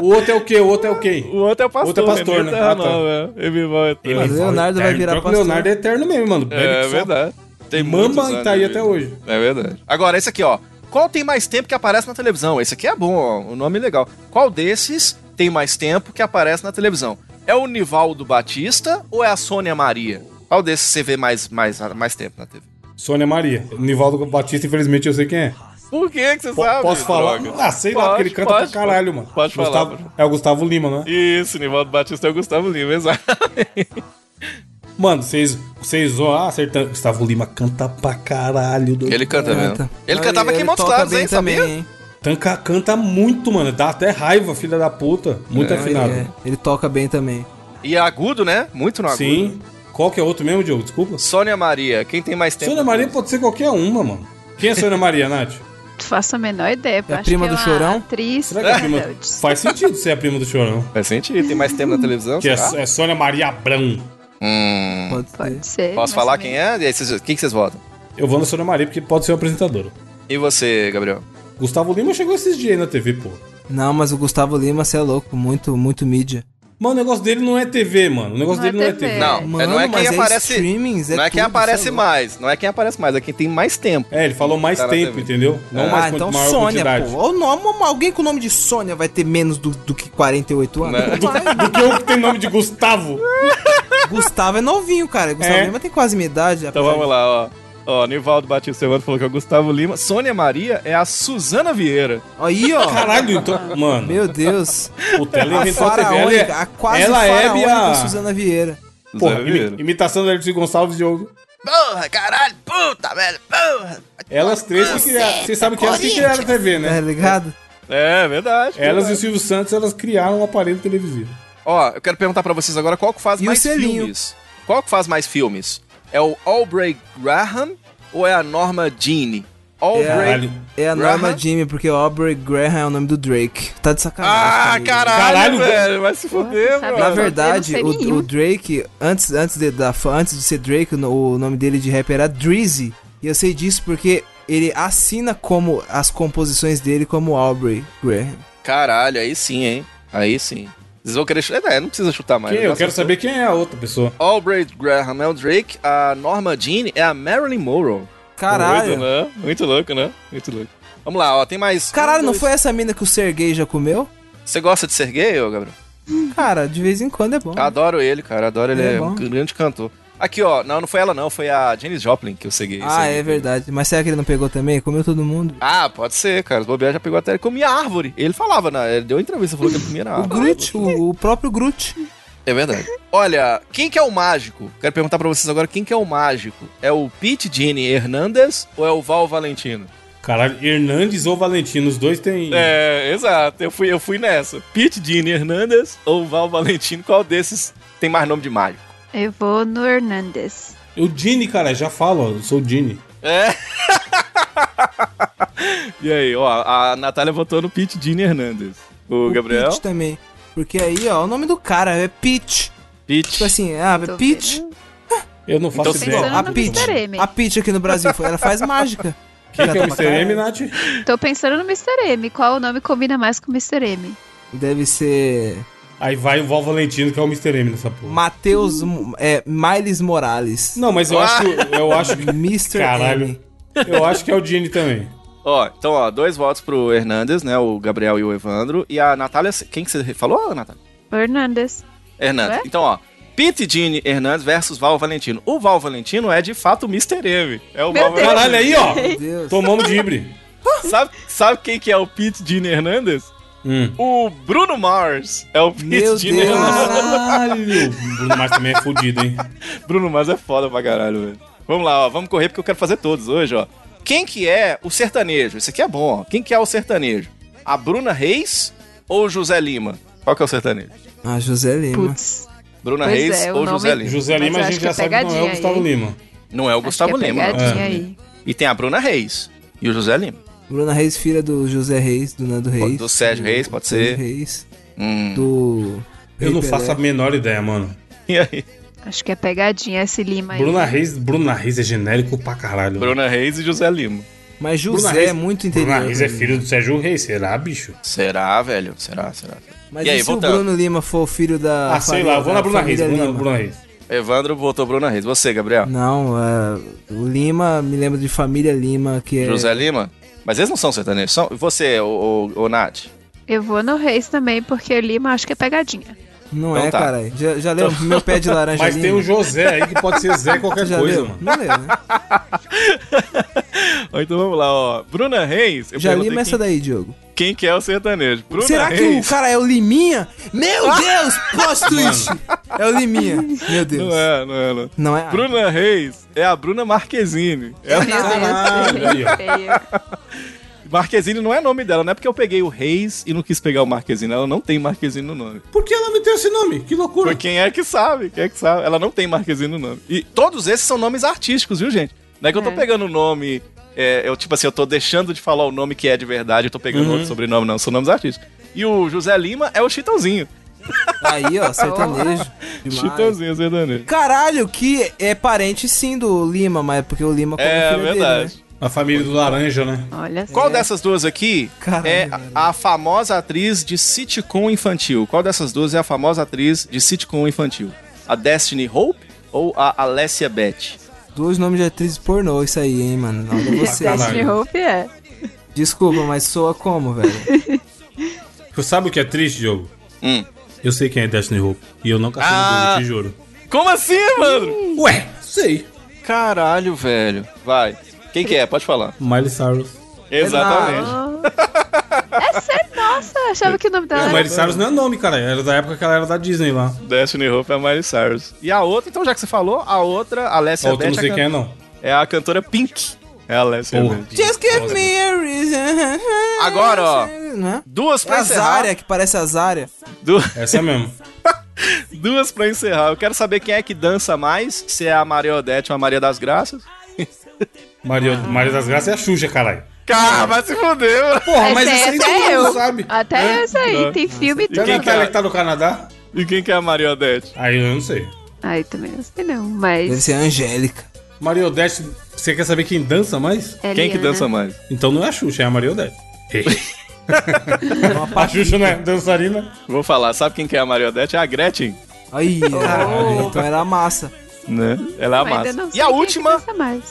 O outro é o quê? O outro é o quê?
O outro é o pastor.
Outro é pastor,
Emival
né?
Eterno,
Ah, tá.
não, é. Emival Eterno.
Mas Leonardo vai virar
pastor.
pastor.
Leonardo é eterno mesmo, mano. Bebe que
É
só.
verdade. Tem muitos
Mama
anos
e tá aí
de
até
vida.
hoje.
É verdade. Agora, esse aqui, ó. Qual tem mais tempo que aparece na televisão? Esse aqui é bom, ó. O nome é legal. Qual desses tem mais tempo que aparece na televisão? É o Nivaldo Batista ou é a Sônia Maria? Qual desses você vê mais, mais, mais tempo na TV?
Sônia Maria. Nivaldo Batista, infelizmente, eu sei quem é.
Por que, que você
Po-
sabe?
posso falar?
Ah, droga?
Ah, sei lá, porque
Pode,
ele canta
pode,
pra caralho,
pode.
mano.
Pode
Gustavo-
falar.
É o Gustavo Lima, né?
Isso, Nivaldo Batista é o Gustavo Lima, exato.
Mano, vocês vocês ó, ah, acertando. Gustavo Lima canta pra caralho. doido.
Ele canta mesmo. Tá Ele cantava aqui em Montes
toca
Claros,
bem
hein? Sabia?
hein?
Tanca, canta muito, mano. Dá até raiva, filha da puta. Muito
Não, ele,
afinado.
é, ele toca bem também.
E é agudo, né? Muito no agudo.
Sim. Qual que é outro mesmo, Diogo? Desculpa.
Sônia Maria, quem tem mais tempo?
Sônia Maria pode ser qualquer uma, mano. Quem é Sônia Maria, Nath?
Não faço a menor ideia.
É a
acho
prima
que
do
uma
Chorão?
Atriz.
Será que é a prima? Faz sentido ser a prima do Chorão.
Faz sentido, É assim, tem mais tempo na televisão,
Que é,
será?
é Sônia Maria Abrão.
Hum,
Pode ser.
Pode ser.
Posso falar quem é? E aí, vocês- quem que vocês votam?
Eu vou na Sônia Maria porque pode ser uma apresentadora.
E você, Gabriel?
Gustavo Lima chegou esses dias aí na TV, pô.
Não, mas o Gustavo Lima, você é louco, muito, muito mídia.
Mano, o negócio dele não é TV, mano. O negócio
Não é
dele não é
TV.
TV.
Não, é- não é quem
mas
aparece.
streamings, é
não é quem
tudo,
aparece
cê é louco.
mais. Não é quem aparece mais, é quem tem mais tempo.
É, ele falou mais
Tá na
tempo,
TV.
entendeu? Não
É.
mais
ah, então
maior
Sônia,
quantidade.
pô. O nome, alguém com o nome de Sônia vai ter menos do, do que 48 anos?
Né?
Não vai.
Do que eu que tem nome de Gustavo.
Gustavo é novinho, cara. Gustavo
É.
Lima tem quase minha idade.
Então vamos lá, ó. Ó, Nivaldo Batista Evandro falou que é o Gustavo Lima. Sônia Maria é a Suzana Vieira.
Aí, ó.
Caralho, então. Mano,
Meu Deus.
o Tele
A
inventou a TV. Ela,
faraônica,
é-
a quase
ela é
faraônica
a.
Suzana Vieira. tá
Porra,
Suzana
imi- imitação do Alex Gonçalves Diogo.
Porra, caralho, puta, velho, porra.
Elas três que criaram. Vocês sabem que elas que criaram a TV,
Tá
né?
ligado?
É, verdade.
Elas e o
verdade.
Silvio Santos, elas criaram um aparelho televisivo.
Ó, eu quero perguntar pra vocês agora qual que faz
E o
mais
selinho?
filmes. Qual que faz mais filmes? É o Aubrey Graham ou é a Norma Jean? Aubrey...
Caralho.
É a
Graham?
Norma Jimmy, porque o Aubrey Graham é o nome do Drake. Tá de
Ah,
sacanagem. comigo.
caralho,
Caralho,
velho, vai se
Porra,
fuder,
sabe-
bro.
Na
Eu
verdade,
não sei
o,
nenhum.
o Drake, antes, antes, de, da, antes de ser Drake, o, no- o nome dele de rap era Drizzy. E eu sei disso porque ele assina como as composições dele como Aubrey Graham.
Caralho, aí sim, hein? Aí sim. Vocês vão querer chutar? É, não precisa chutar mais.
Quem?
né?
Eu quero
Só-
saber quem é a outra pessoa.
Aubrey Graham é o Drake, a Norma Jean é a Marilyn Monroe. Doido,
Caralho.
né? Muito louco, né? Muito louco. Vamos lá, ó, tem mais...
Caralho,
um,
não
dois-
foi essa mina que o Sergei já comeu?
Você gosta de ser gay, ô, Gabriel?
Cara, de vez em quando é bom.
Adoro ele, cara, adoro ele,
Ele
é,
é
um
bom.
grande cantor. Aqui, ó, não, não foi ela não, foi a Janis Joplin que eu segui.
Ah,
segui.
é verdade. Mas será que ele não pegou também? Comeu todo mundo?
Ah, pode ser, cara. O Bobear já pegou até ele comia árvore. Ele falava, na, ele deu entrevista, falou que ele comia na
O
árvore.
Groot, o, o próprio Groot.
É verdade. Olha, quem que é o mágico? Quero perguntar pra vocês agora quem que é o mágico. É o Pete Gene Hernandez ou é o Val Valentino?
Caralho, Hernandes ou Valentino, os dois têm.
É, exato. Eu fui, eu fui nessa. Pete Gene Hernandez ou Val Valentino? Qual desses tem mais nome de mágico?
Eu vou no Hernandes.
O Dini, cara, já falo, ó, eu sou o Dini.
É. e aí, ó, a Natália votou no Pete Gene Hernandez. O, Gabriel?
Pete também. Porque aí, ó, o nome do cara é Pete.
Pete.
Tipo assim, ah,
Tô
Pete.
vendo.
Eu não faço
Então,
ideia.
pensando
a
no
Pete.
Mr. M.
A Pete aqui no Brasil, foi- ela faz mágica.
Quem que é o
Tá
Mr.
pra
M,
né?
caralho.
Nath?
Tô pensando no Mr. M. Qual o nome combina mais com o Mr. M?
Deve ser
Aí vai o Val Valentino, que é o Mr. M nessa porra.
Matheus, é, Miles Morales.
Não, mas eu acho que. Eu acho que.
Mr.
Caralho.
M.
Eu acho que é o Dini também.
Ó, então, ó, dois votos pro Hernandes, né? O Gabriel e o Evandro. E a Natália. Quem que você falou, Natália?
O Hernandes.
Hernandes.
É?
Então, ó. Pete Gene Hernandes versus Val Valentino. O Val Valentino é de fato o Mr. M. É o
Meu
Val
Deus.
Caralho, aí, ó.
Meu Deus.
Tomamos de híbrido.
Sabe, sabe quem que é o Pete Gene Hernandes?
Hum.
O Bruno Mars é o
Meu
Pete de
Deus.
Mello.
Caralho! O Bruno Mars também é fudido, hein?
Bruno Mars é foda pra caralho, velho. Vamos lá, ó, vamos correr porque eu quero fazer todos hoje, ó. Quem que é o sertanejo? Esse aqui é bom, ó. Quem que é o sertanejo? A Bruna Reis ou o José Lima? Qual que é o sertanejo?
Ah, José Lima.
Putz.
Bruna
Pois
Reis
é, o
ou
nome-
José Lima?
José Lima a
acho
gente
que é
já sabe que não é o
pegadinha
Gustavo
aí.
Lima.
Não é o Gustavo
acho que é
Lima. não.
pegadinha
É.
aí.
E tem a Bruna Reis e o José Lima.
Bruna Reis, filha do José Reis, do Nando Reis.
do Sérgio Reis, pode ser.
Sérgio Reis.
Hum.
Do.
Eu não
Rei
faço a
Pelé.
menor ideia, mano.
E aí?
Acho que é pegadinha esse Lima aí.
Bruna Reis, Bruna Reis é genérico pra caralho.
Bruna Reis e José Lima.
Mas
Bruna
José
Reis-
é muito interior.
Bruna Reis é
né?
filho do Sérgio Reis, será, bicho?
Será, velho? Será, será?
Mas
E
e,
aí,
se
voltando.
o Bruno Lima for o filho da.
Ah, sei
família-
lá, vou na
da
Bruna Reis,
família
Bruna,
Lima?
Bruna Reis.
Evandro votou Bruna Reis. Você, Gabriel?
Não, é, o Lima me lembra de família Lima, que é.
José Lima? Mas eles não são sertanejos. São... Você, o, o, o Nath?
Eu vou no Reis também, porque Lima acho que é pegadinha.
Não
Então
é,
tá.
caralho. Já, já leu meu pé de laranja
Mas tem
um
Lima?
o José aí que pode ser Zé qualquer
Já
coisa,
leu?
mano.
Não leu, né?
Ó, Então vamos lá, ó. Bruna Reis, eu
Já
perguntei
lima essa
quem,
daí, Diogo.
quem que é o sertanejo. Bruna
Será que
Reis. Ah!
o cara é o Liminha? Meu Deus! Plot twist! É o Liminha. Meu Deus.
Não é, não é, não.
Não é?
Bruna Reis é a Bruna Marquezine. É-
Meu
Caralho, aí, ó.
Deus, feio.
Marquezine não é nome dela, não é porque eu peguei o Reis e não quis pegar o Marquezine. Ela não tem Marquezine no nome.
Por que ela me deu esse nome? Que loucura.
Foi quem é que sabe, quem é que sabe. Ela não tem Marquezine no nome. E todos esses são nomes artísticos, viu, gente? Não é que eu tô
É.
pegando o nome. é, eu, tipo assim, eu tô deixando de falar o nome que é de verdade, eu tô pegando outro sobrenome, não. São nomes artísticos. E o José Lima é o Chitãozinho.
Aí, ó, sertanejo. Demais.
Chitãozinho, sertanejo.
Caralho, que é parente sim do Lima, mas é porque o Lima come
É
filho dele,
verdade.
né?
A família do Laranja, né?
Olha só.
Qual dessas duas aqui
É. Caralho,
é
velho.
a famosa atriz de sitcom infantil? Qual dessas duas é a famosa atriz de sitcom infantil? A Destiny Hope ou a Alessia Beth?
né? Dois nomes de atriz pornô, isso aí, hein, mano. Olha você.
Destiny Hope é.
Desculpa, mas soa como, velho?
Tu sabe o que é triste, Diogo?
Hum.
Eu sei quem é Destiny Hope. E eu não caçei
Ah.
no Google, te juro.
Como assim, mano?
Ué, sei.
Caralho, velho. Vai. Quem que é? Pode falar.
Miley Cyrus.
Exatamente.
É sério, nossa,
É.
achava que o nome dela
Não, Miley
era.
Cyrus não é nome, cara. Era da época que ela era da Disney lá.
Destiny Hope é a Miley Cyrus. E a outra, então, já que você falou, a outra, a Alessia
Outra
Beth,
não sei
a
quem
can-
é, não.
é a cantora Pink. É a Alessia
Porra.
Beth.
Just give me a reason.
Agora, ó.
Não é?
Duas pra
A
encerrar.
Zária, que parece a Zária.
Du-
Essa mesmo.
Duas pra encerrar. Eu quero saber quem é que dança mais, se é a Maria Odete ou a Maria das Graças.
Maria, Maria das Graças é a Xuxa, caralho.
Cara, vai se fuder, mano.
Porra,
Essa
mas
aí
isso aí
até
todo mundo
eu.
sabe.
Até essa aí,
Não.
tem filme e
Quem
tudo.
é?
que ela que tá no Canadá?
E quem que é a Maria Odete?
Aí eu não sei.
Ai, também não sei não,
Deve
mas.
ser a Angélica.
Maria Odete, você quer saber quem dança mais?
Quem que
Eliana.
dança mais?
Então não é a Xuxa, é a Maria Odete. a Xuxa não é dançarina.
Vou falar, sabe quem que é a Maria Odete? É a Gretchen,
Aí, caralho, então era a massa.
né? Ela é a
Ainda não
massa.
sei
E a
quem é que
última,
dança mais.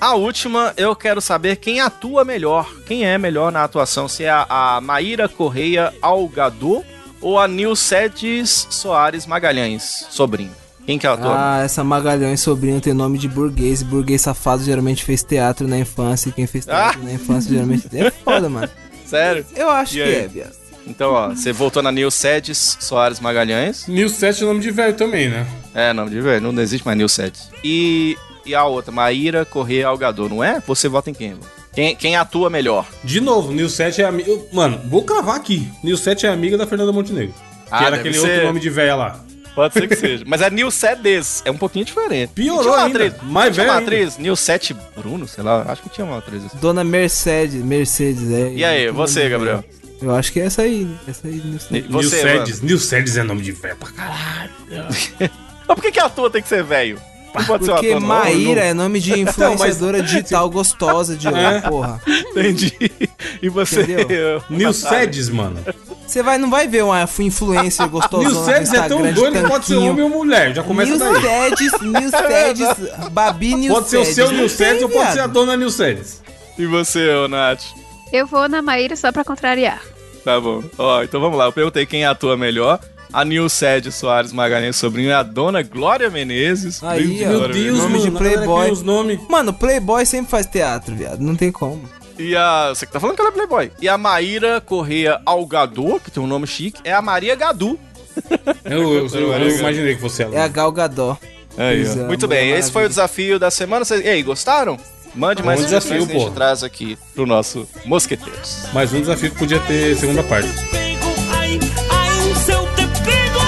a última, eu quero saber quem atua melhor. Quem é melhor na atuação, se é a, a Maíra Correia Algador ou a Nilcedes Soares Magalhães, sobrinho. Quem que atua?
Ah, essa Magalhães sobrinho tem nome de burguês. Burguês safado geralmente fez teatro na infância. E quem fez teatro na infância geralmente. É foda, mano.
Sério?
Eu acho
Ah. E
que
aí?
é, viado.
Então, ó, você voltou na Nilcedes Soares Magalhães.
Neil 7 é nome de velho também, né?
É, nome de velho, não existe mais New Set. E, e a outra, Maíra Corrêa Algador, não é? Você vota em quem? mano? Quem, quem atua melhor?
De novo, Neil 7 é amiga. Mano, vou cravar aqui. Neil 7 é amiga da Fernanda Montenegro.
Ah,
que era
deve
aquele
ser.
outro nome de velha lá.
Pode ser que seja. Mas é New Set desse, é um pouquinho diferente.
Piorou
Tinha uma
ainda,
atriz,
mais
tinha uma
velho ainda.
atriz, New Set Bruno, sei lá, acho que tinha uma atriz assim.
Dona Mercedes, Mercedes, é.
E aí,
Que
você,
nome,
Gabriel?
velho. Eu acho que é essa aí, né? essa aí. não sei.
E
Neil
Você, mano?
Sedes. Neil Sedes é nome de velho pra caralho.
Mas por que que atua tem que ser velho? Não pode ser um
Porque
ator novo.
Maíra é nome de influenciadora digital gostosa de
É.
porra.
Entendi. E você...
Entendeu?
Neil Sedes, mano.
Você vai, não vai ver uma influencer gostosa
Neil Sedes é tão doido que pode ser homem ou mulher. Já começa
Nil
daí. É
Sedes, Nil Sedes, Babi Nil
Pode ser o seu
Não
Neil
tem,
Sedes ou pode
viado.
ser a dona Neil Sedes.
E você, ô, Nath?
Eu vou na Maíra só pra contrariar.
Tá bom. Ó, então vamos lá. Eu perguntei quem atua melhor. A Nilcede Soares Magalhães Sobrinho é a dona Glória Menezes.
Aí,
Brinde
ó.
Glória
Meu Deus,
Nome
mano.
de
a galera
playboy.
cria Os nomes.
Mano, Playboy sempre faz teatro, viado. Não tem como.
Menezes. E a. Você que tá falando que ela é Playboy. E a Maíra Correia Algador, que tem um nome chique, é a Maria Gadu.
Eu, eu- eu- eu imaginei que fosse ela.
É a Gal Gadot.
Aí,
Pois é,
ó. Muito
Mulher
bem, esse foi
Maravilha. É um
o desafio da semana. Vocês- E aí, gostaram? Mande mais
Bom desafio,
sugestões que a gente
pô.
traz aqui pro nosso Mosqueteiros.
Mais um desafio que podia ter segunda parte.
pego, ai, ai, se eu te pego.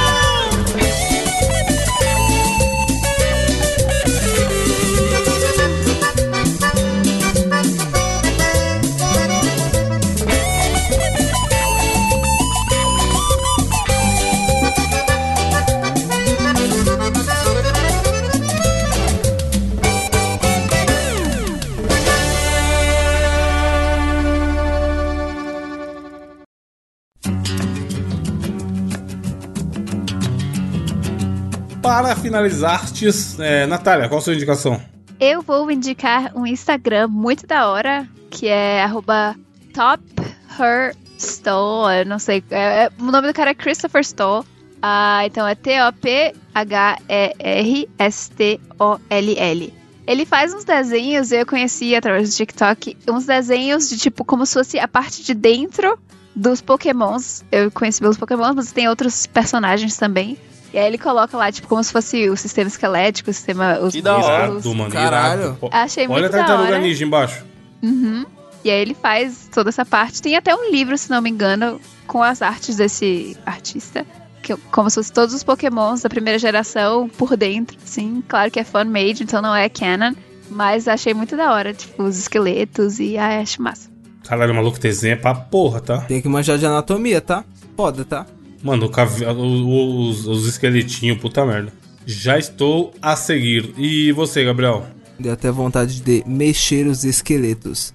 Para finalizar, artes, é, Natália, qual a sua indicação?
Eu vou indicar um Instagram muito da hora, que é arroba topherstoll, eu não sei, é- é- o nome do cara é Christopher Stoll, ah, então é T-O-P-H-E-R-S-T-O-L-L. Ele faz uns desenhos, eu conheci através do TikTok, uns desenhos de tipo, como se fosse a parte de dentro dos pokémons, eu conheci pelos pokémons, mas tem outros personagens também. E aí ele coloca lá, tipo, como se fosse o sistema esquelético, o sistema... Os
Que da hora.
músculos.
mano.
Caralho.
irado. Pô,
Achei
Olha a
muito da
tartaruga
hora.
ninja embaixo.
Uhum. E aí ele faz toda essa parte. Tem até um livro, se não me engano, com as artes desse artista. Que, como se fosse todos os pokémons da primeira geração por dentro. Sim, claro que é fan-made, então não é canon. Mas achei muito da hora, tipo, os esqueletos e a acho massa.
Caralho, o maluco desenha pra porra, tá?
Tem que manjar de anatomia, tá? Foda, tá?
Mano, o cave- o- os, os esqueletinhos, puta merda. Já estou a seguir. E você, Gabriel?
Deu até vontade de mexer os esqueletos.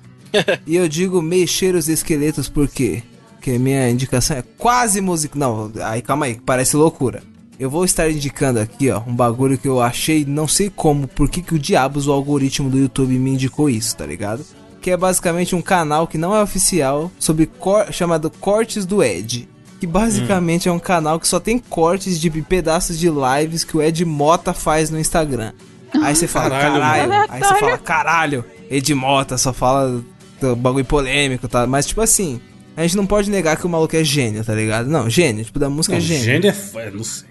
e eu digo mexer os esqueletos por quê? Porque minha indicação é quase música. Não, aí calma aí, que parece loucura. Eu vou estar indicando aqui, ó, um bagulho que eu achei, não sei como, por que, que o diabos o algoritmo do YouTube me indicou isso, tá ligado? Que é basicamente um canal que não é oficial sobre cor- chamado Cortes do Ed. Que basicamente é um canal que só tem cortes de pedaços de lives que o Ed Mota faz no Instagram. Aí você fala,
Caralho, mano.
caralho, Aí você fala, caralho, Edmota só fala do bagulho polêmico, tá? Mas tipo assim, a gente não pode negar que o maluco é gênio, tá ligado? Não, gênio, tipo, da música
Não,
é gênio.
gênio é. f- é, Não sei.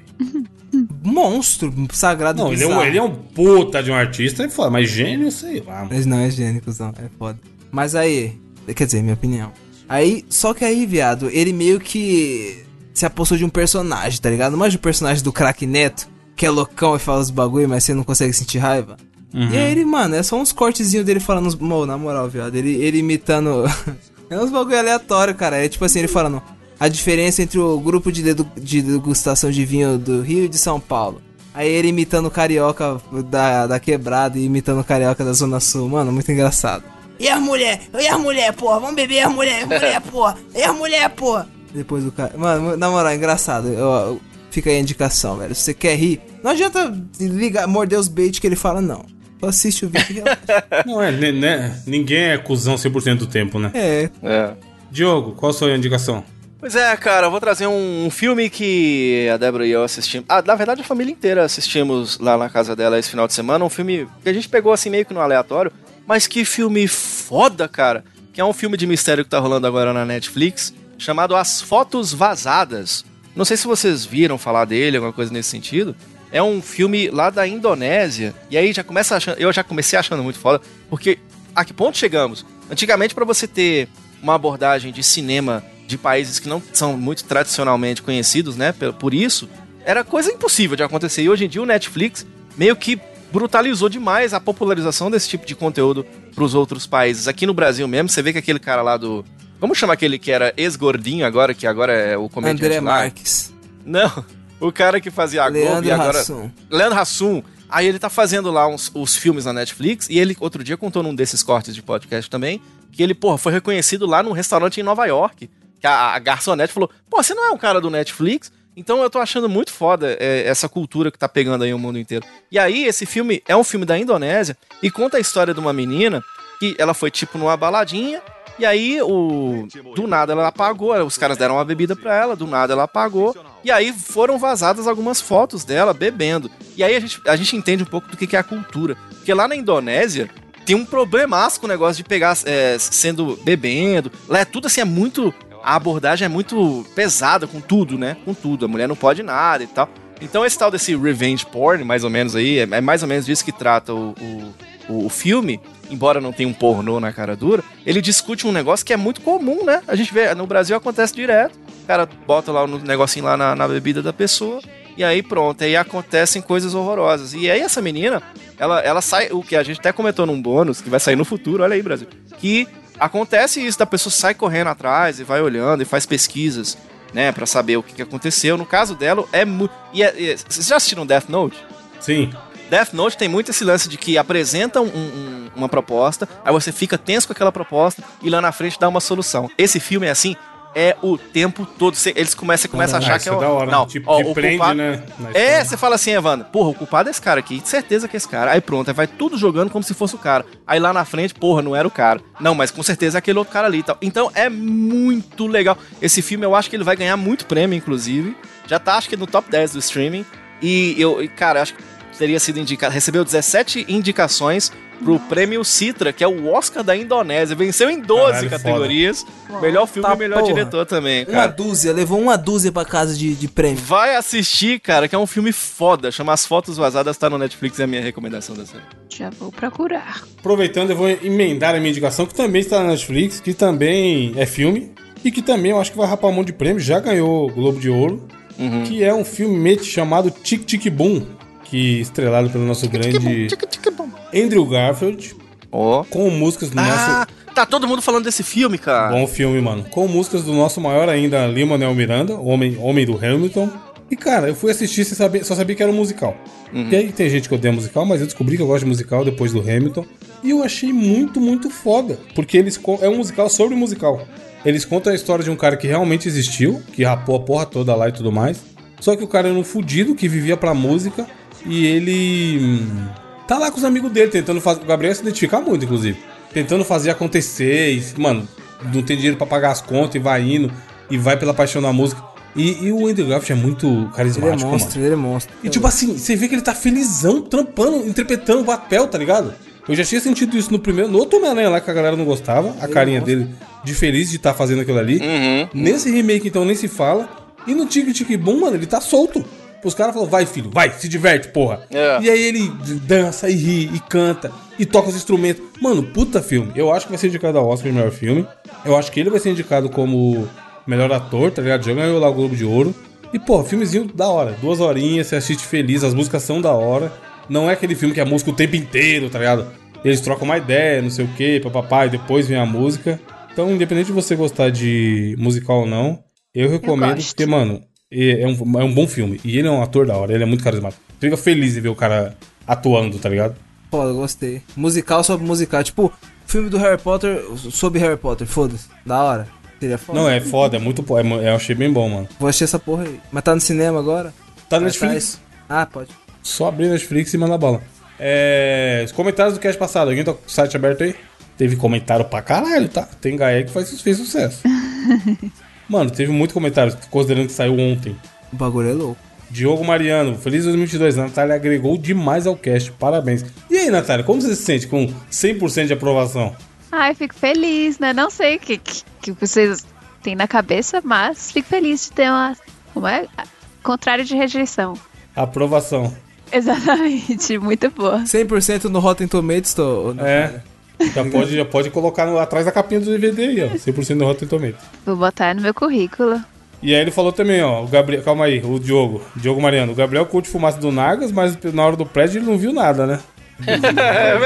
Monstro sagrado
Não, ele é, um,
bizarro.
ele é um puta de um artista, é foda, mas gênio, sei lá. mano.
Mas não é gênio, cuzão, é foda. Mas aí, quer dizer, minha opinião. Aí, só que aí, viado, ele meio que se apossou de um personagem, tá ligado? Mas o personagem do craque Neto, que é loucão e fala os bagulho, mas você não consegue sentir raiva. E aí ele, mano, é só uns cortezinhos dele falando uns... Mô, na moral, viado, ele, ele imitando... é uns bagulho aleatório, cara. É tipo assim, ele falando... A diferença entre o grupo de, dedu- de degustação de vinho do Rio e de São Paulo. Aí ele imitando o carioca da, da quebrada e imitando o carioca da Zona Sul. Mano, muito engraçado. E as mulher? E as mulher, porra? Vamos beber as mulher, mulher, porra. E as mulher, porra. Depois do cara... Mano, na moral, é engraçado. Eu- eu- fica aí a indicação, velho. Se você quer rir, não adianta ligar, morder os bait que ele fala, não. Só assiste o vídeo e relaxa.
Não é, né, né, ninguém é cuzão 100% do tempo, né?
É,
É.
Diogo, qual a sua indicação?
Pois é, cara, eu vou trazer um, um filme que a Débora e eu assistimos. Ah, na verdade a família inteira assistimos lá na casa dela esse final de semana. Um filme que a gente pegou assim meio que no aleatório. Mas que filme foda, cara. Que é um filme de mistério que tá rolando agora na Netflix. Chamado As Fotos Vazadas. Não sei se vocês viram falar dele, alguma coisa nesse sentido. É um filme lá da Indonésia. E aí já começa achando, eu já comecei achando muito foda. Porque a que ponto chegamos? Antigamente, pra você ter uma abordagem de cinema de países que não são muito tradicionalmente conhecidos, né? Por, por isso, era coisa impossível de acontecer. E hoje em dia o Netflix meio que brutalizou demais a popularização desse tipo de conteúdo pros outros países. Aqui no Brasil mesmo, você vê que aquele cara lá do. Como chama aquele que era ex-gordinho agora, que agora é o comediante
André
lá?
Marques.
Não, o cara que fazia a Globo e
Leandro
agora...
Hassum.
Leandro Hassum. Aí ele tá fazendo lá uns, os filmes na Netflix e ele outro dia contou num desses cortes de podcast também que ele, porra, foi reconhecido lá num restaurante em Nova York. Que a, a garçonete falou: pô, você não é um cara do Netflix? Então eu tô achando muito foda é, essa cultura que tá pegando aí o mundo inteiro. E aí, esse filme é um filme da Indonésia e conta a história de uma menina que ela foi tipo numa baladinha e aí o do nada ela apagou, os caras deram uma bebida pra ela, do nada ela apagou e aí foram vazadas algumas fotos dela bebendo. E aí a gente, a gente entende um pouco do que que é a cultura, porque lá na Indonésia tem um problemaço com o negócio de pegar é, sendo bebendo. Lá é tudo assim, é muito. A abordagem é muito pesada com tudo, né? Com tudo. A mulher não pode nada e tal. Então esse tal desse revenge porn, mais ou menos aí, é, é mais ou menos disso que trata o, o- o, o filme, embora não tenha um pornô na cara dura, ele discute um negócio que é muito comum, né? A gente vê, no Brasil acontece direto. O cara bota lá um negocinho lá na, na bebida da pessoa, e aí pronto, aí acontecem coisas horrorosas. E aí essa menina, ela, ela sai, o que a gente até comentou num bônus, que vai sair no futuro, olha aí, Brasil, que acontece isso, da pessoa sai correndo atrás e vai olhando e faz pesquisas, né, Pra saber o que, que aconteceu. No caso dela, é muito. E é- e é- vocês já assistiram Death Note?
Sim.
Death Note tem muito esse lance de que apresenta um- um- uma proposta, aí você fica tenso com aquela proposta e lá na frente dá uma solução. Esse filme é assim, é o tempo todo. Cê- eles começam, começam a achar
Ah,
que
isso
é o.
é da hora.
Não,
tipo,
ó,
te
o
prende,
culpado-
né? na
é,
história.
você fala assim, Evandro, porra, o culpado é esse cara aqui, de certeza que é esse cara. Aí pronto, aí vai tudo jogando como se fosse o cara. Aí lá na frente, porra, não era o cara. Não, mas com certeza é aquele outro cara ali e tal. Então é muito legal. Esse filme eu acho que ele vai ganhar muito prêmio, inclusive. Já tá, acho que no top 10 do streaming. E eu, e, cara, acho que teria sido indicado. Recebeu 17 indicações pro prêmio Citra, que é o Oscar da Indonésia. Venceu em 12
Caralho,
categorias. Melhor filme
Tá
e melhor
porra.
diretor também,
Uma
cara.
dúzia, levou uma dúzia pra casa de, de prêmio.
Vai assistir, cara, que é um filme foda. Chama As Fotos Vazadas, tá no Netflix, é a minha recomendação da série.
Já vou procurar.
Aproveitando, eu vou emendar a minha indicação, que também está na Netflix, que também é filme, e que também eu acho que vai rapar um monte de prêmio, já ganhou o Globo de Ouro, que é um filme chamado Tic Tic Boom, que estrelado pelo nosso grande Andrew Garfield,
Ó.
com músicas do nosso...
Ah, tá todo mundo falando desse filme, cara.
Bom filme, mano. Com músicas do nosso maior ainda, Lima Nel Miranda, Homem, homem do Hamilton. E, cara, eu fui assistir sem saber, só sabia que era um musical. E aí tem gente que odeia musical, mas eu descobri que eu gosto de musical depois do Hamilton. E eu achei muito, muito foda. Porque eles co- é um musical sobre musical. Eles contam a história de um cara que realmente existiu, que rapou a porra toda lá e tudo mais. Só que o cara era um fudido que vivia pra música. E ele. hum, Tá lá com os amigos dele, tentando fazer. O Gabriel se identificar muito, inclusive. Tentando fazer acontecer. E, mano, não tem dinheiro pra pagar as contas e vai indo. E vai pela paixão da música. E, e o Andrew Garfield é muito
Ele é
carismático, mano.
monstro, ele é monstro.
E tipo assim, você vê que ele tá felizão, trampando, interpretando o papel, tá ligado? Eu já tinha sentido isso no primeiro, no outro Homem-Aranha lá que a galera não gostava, a carinha dele de feliz de estar fazendo aquilo ali.
Hum. Uhum.
Nesse remake então nem se fala. E no Tic Tic Boom, mano, ele tá solto. Os caras falam, vai filho, vai, se diverte, porra.
É.
E aí ele dança e ri e canta e toca os instrumentos. Mano, puta filme. Eu acho que vai ser indicado ao Oscar de melhor filme. Eu acho que ele vai ser indicado como melhor ator, tá ligado? Já ganhou lá o Globo de Ouro. E, pô, filmezinho da hora. Duas horinhas, você assiste feliz, as músicas são da hora. Não é aquele filme que é música o tempo inteiro, tá ligado? Eles trocam uma ideia, não sei o que, papapá, e depois vem a música. Então, independente de você gostar de musical ou não, eu recomendo,
gosto.
porque, mano, é é um, é um bom filme. E ele é um ator da hora, ele é muito carismático. Você fica feliz em ver o cara atuando, tá ligado?
Foda, gostei. Musical sobre musical. Tipo, filme do Harry Potter sobre Harry Potter, foda-se. Da hora. Seria foda.
Não, é foda, é muito. po- É, mo- eu achei bem bom, mano.
Vou assistir essa porra aí. Mas tá no cinema agora?
Tá no
Vai tá
Netflix?
isso? Ah, pode.
Só abrir o Netflix e mandar bala. É, os comentários do cast passado, alguém tá com o site aberto aí? Teve comentário pra caralho, tá? Tem Gaia que faz, fez sucesso. mano, teve muito comentário, considerando que saiu ontem.
O bagulho é louco.
Diogo Mariano, feliz 2022. A Natália agregou demais ao cast, parabéns. E aí, Natália, como você se sente com 100% de aprovação?
Ai, fico feliz, né? Não sei o que, que, que vocês têm na cabeça, mas fico feliz de ter uma. Como é? Contrário de rejeição.
Aprovação.
Exatamente, muito boa.
100% no Rotten Tomatoes, tô...
É. Já pode, já pode colocar no- atrás da capinha do DVD aí, ó. 100% do Rotten Tomatoes.
Vou botar no meu currículo.
E aí ele falou também, ó, o Gabriel, calma aí, o Diogo, Diogo Mariano, o Gabriel curte fumaça do Nagas, mas na hora do prédio ele não viu nada, né?
É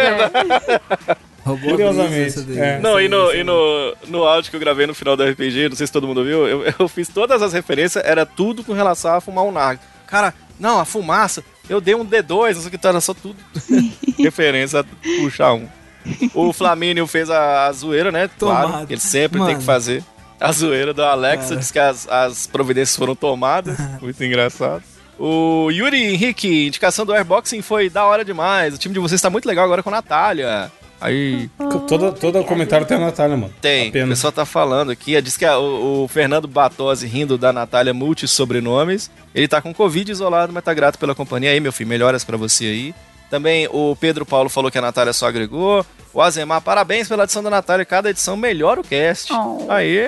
Roubou a
Curiosamente,
brisa essa daí.
é.
Não, e, no, e no, no áudio que eu gravei no final do RPG, não sei se todo mundo viu, eu, eu fiz todas as referências, era tudo com relação a fumar um narco. Cara, não, a fumaça, eu dei um D2, não sei o que, então era só tudo referência a puxar um. O Flamínio fez a, a zoeira, né? Claro,
Tomado.
ele sempre tem
Mano.
que fazer. A zoeira do Alexa,
Cara.
diz que as, as providências foram tomadas, muito engraçado. O Yuri Henrique, indicação do Airboxing foi da hora demais. O time de vocês tá muito legal agora com a Natália. Aí,
Ah,
Todo, todo comentário tem a Natália, mano.
tem, o
Apenas.
pessoal tá falando aqui. Diz que ah, o, o Fernando Batose rindo da Natália Multi sobrenomes. Ele tá com Covid isolado, mas tá grato pela companhia aí, meu filho. Melhoras pra você aí. Também o Pedro Paulo falou que a Natália só agregou. O Azemar, parabéns pela edição da Natália. Cada edição melhora o cast.
Oh.
Aê!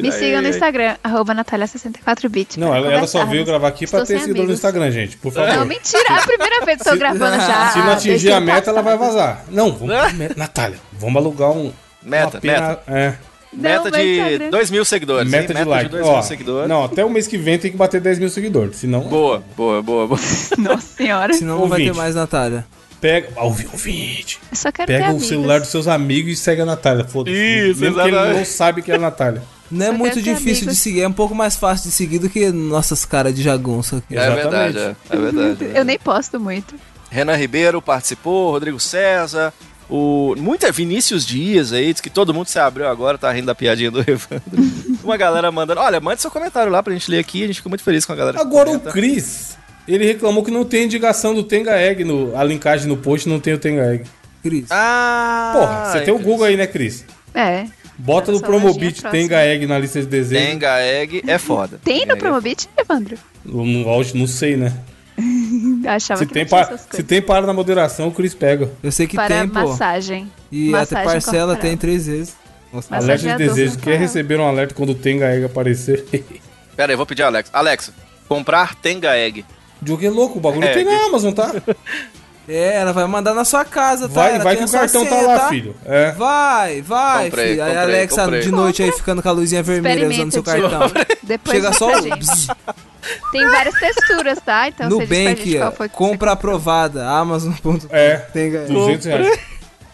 Me sigam no Instagram, arroba Natália64bit.
Não, ela, ela só veio gravar aqui pra ter
Estou sem
seguidor no
amigos.
Instagram, gente. Por
Não,
favor.
mentira, é a primeira vez que eu tô gravando já.
Se não atingir
desde
a
o
meta, ela vai
passado.
vazar. Não, vamos. meta. Natália, vamos alugar um. uma
Meta, meta.
É,
Não,
Meta
vai
de
Instagram.
2 mil seguidores. hein?
meta de like.
2
Ó,
mil seguidores.
Não, até o mês que vem tem que bater 10 mil seguidores. Senão,
Boa, boa, boa, boa.
Nossa senhora.
Senão não vai ter
Ouvinte.
mais Natália.
pega. Ó, ouvi- ouvinte.
Eu só quero ter
Pega o
amigos.
celular dos seus amigos e segue a Natália. Foda-se.
Isso,
Mesmo que ele
exatamente.
não sabe que é a Natália.
Não é
Só
muito
quero ter
difícil
amigos.
de seguir, é um pouco mais fácil de seguir do que nossas caras de jagunço aqui.
É verdade, é,
Exatamente.
é verdade.
Eu nem posto muito.
Renan Ribeiro participou, Rodrigo César, o muita Vinícius Dias aí, diz que todo mundo se abriu agora, tá rindo da piadinha do Evandro. Uma galera mandando, olha, mande seu comentário lá pra gente ler aqui, a gente fica muito feliz com a galera. que
Agora o
comenta.
Cris, ele reclamou que não tem indicação do Tenga Egg, no, a linkagem no post não tem o Tenga Egg.
Cris.
Ah,
Porra, você tem o Google aí, né, Cris?
É.
Bota no
Essa lojinha
Promobit
próxima.
Tenga Egg na lista de desenhos.
Tenga Egg é foda.
Tem
Tenga
no
Egg.
Promobit, Evandro?
Eu Não, eu não sei, né?
Achava
Se
que
tem,
não tinha
pa-
essas
se
coisas.
tem para na moderação, o Cris pega.
Eu sei que
Para
tem, pô.
massagem.
E até
Massagem
parcela
corporal.
tem três vezes.
Mas
alerta de
eu já é né? dou
desejo.
pra
Quer
ela.
receber um alerta quando o Tenga Egg aparecer?
Pera aí, vou pedir a Alex. Alex, comprar Tenga Egg.
Jogo é louco, o bagulho
É,
tem na
que-
Amazon, tá?
É, ela vai mandar na sua casa, tá?
Vai,
Ela
vai
tem
que
a
o
sua
cartão tá
senha,
lá, filho. É.
Vai, vai,
Comprei,
filho. Aí a
comprei,
Alexa
comprei.
de noite aí ficando com a luzinha vermelha usando
Experimenta,
seu cartão.
Depois
Chega
diz
só
pra
o
gente.
bzz,
Tem várias texturas, tá? Então você diz pra gente
Nubank,
qual
ó,
foi que
compra aprovada, amazon.com.
É.
Tem ganho.
200 reais.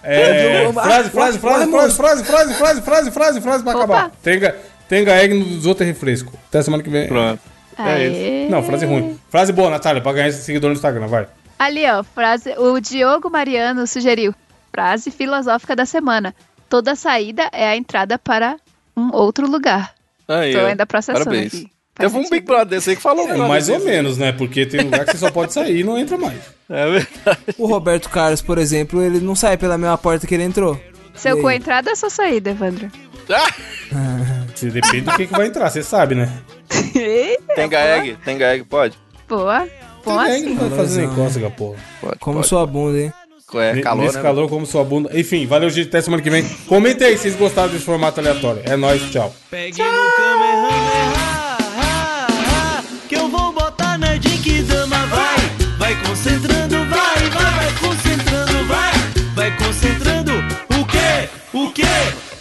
É,
Eu vou-
frase, frase,
Ah,
frase,
porra,
frase, frase, frase, frase, frase, frase, frase pra
Opa.
acabar. Tenga, tenga egg nos outros é refresco. Até semana que vem.
Pronto.
Aê.
Não, frase ruim. Frase boa, Natália, pra ganhar esse seguidor no Instagram, vai.
Ali, ó, frase. O Diogo Mariano sugeriu. Frase filosófica da semana. Toda saída é a entrada para um outro lugar.
Aí,
Tô
ó.
ainda processando
Parabéns.
aqui. Faz
Teve um
sentido.
Big Brother desse aí que falou. um
É,
negócio
mais ou
desse.
menos, né? Porque tem lugar que você só pode sair e não entra mais.
É verdade.
O Roberto Carlos, por exemplo, ele não sai pela mesma porta que ele entrou.
Seu
E
cu é
aí?
entrada ou sua saída, Evandro?
Ah,
Você depende do que, que vai entrar, você sabe, né? Tá
Tenga Egg, Tenga Egg, pode?
Boa. Bom
Tenga egg
assim.
não vai fazer nem
Valorizão,
cócega, porra.
Pode,
Como
pode.
sua bunda, hein?
É, calor,
Nesse
né?
calor, como sua bunda. Enfim, valeu, gente. Até semana que vem. Comenta aí se vocês gostaram desse formato aleatório. É nóis, tchau.
Pegue no Kamehameha Que eu vou botar na Jinkidama Vai, vai concentrando Vai, vai, vai concentrando Vai, vai concentrando O quê? O quê?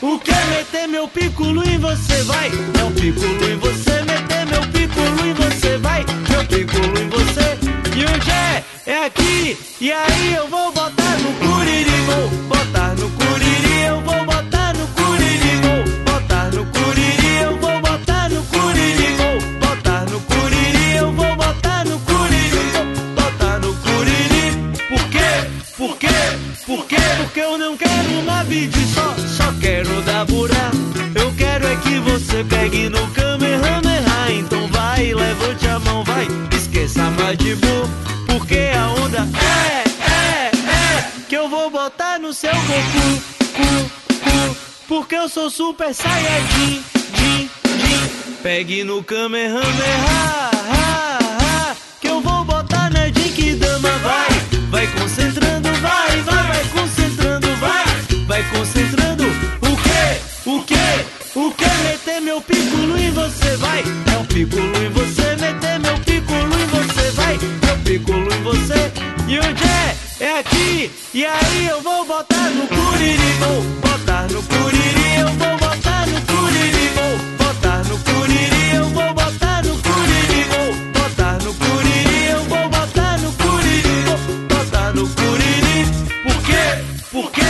O quê? Meter meu piculo em você Vai, meu piculo em você Meter meu piculo em você Vai, meu piculo em você E onde é? É aqui E aí eu vou botar no curiri Vou botar no curiri Eu vou botar no curiri Vou botar no curiri, eu vou botar no curiri, vou botar no curiri, eu vou botar no curiri, vou botar no curiri. Por quê? Por quê? Por quê? Porque eu não quero uma vida só, só quero dar burá. Eu quero é que você pegue no Kamehameha, então vai, levante a mão, vai, esqueça a Madibu, porque a onda é, é, é, que eu vou botar no seu Goku, cu, cu, porque eu sou super saiyajin, din, din. Pegue no Kamehameha, ha, ha, que eu vou botar na Jinkidama, vai, vai concentrando, vai, vai, vai concentrando, vai, vai concentrando, o quê, o quê, o quê, meter meu piculo em você, vai, é um piculo em você, meter meu piculo em você, vai, meu piculo em você, e onde é? É aqui, e aí eu vou botar no curiri, vou botar no curiri, eu vou botar no curiri, vou botar no curiri, eu vou botar no curiri, vou botar no curiri, eu vou botar no curiri, vou botar no curiri. Por quê? Por quê?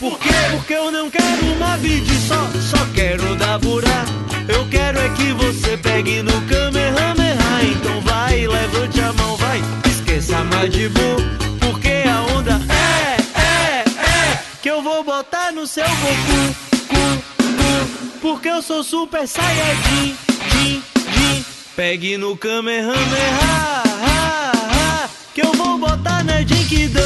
Por quê? Porque eu não quero uma vida só, só quero dar burá. Eu quero é que você pegue no Kamehameha, então vai, levante a mão, vai, esqueça a Madibu, porque a onda é, é, é, que eu vou botar no seu Goku, cu, cu, porque eu sou super saiyajin, din, din. Pegue no Kamehameha, ha, ha, que eu vou botar na Jinkidama. É É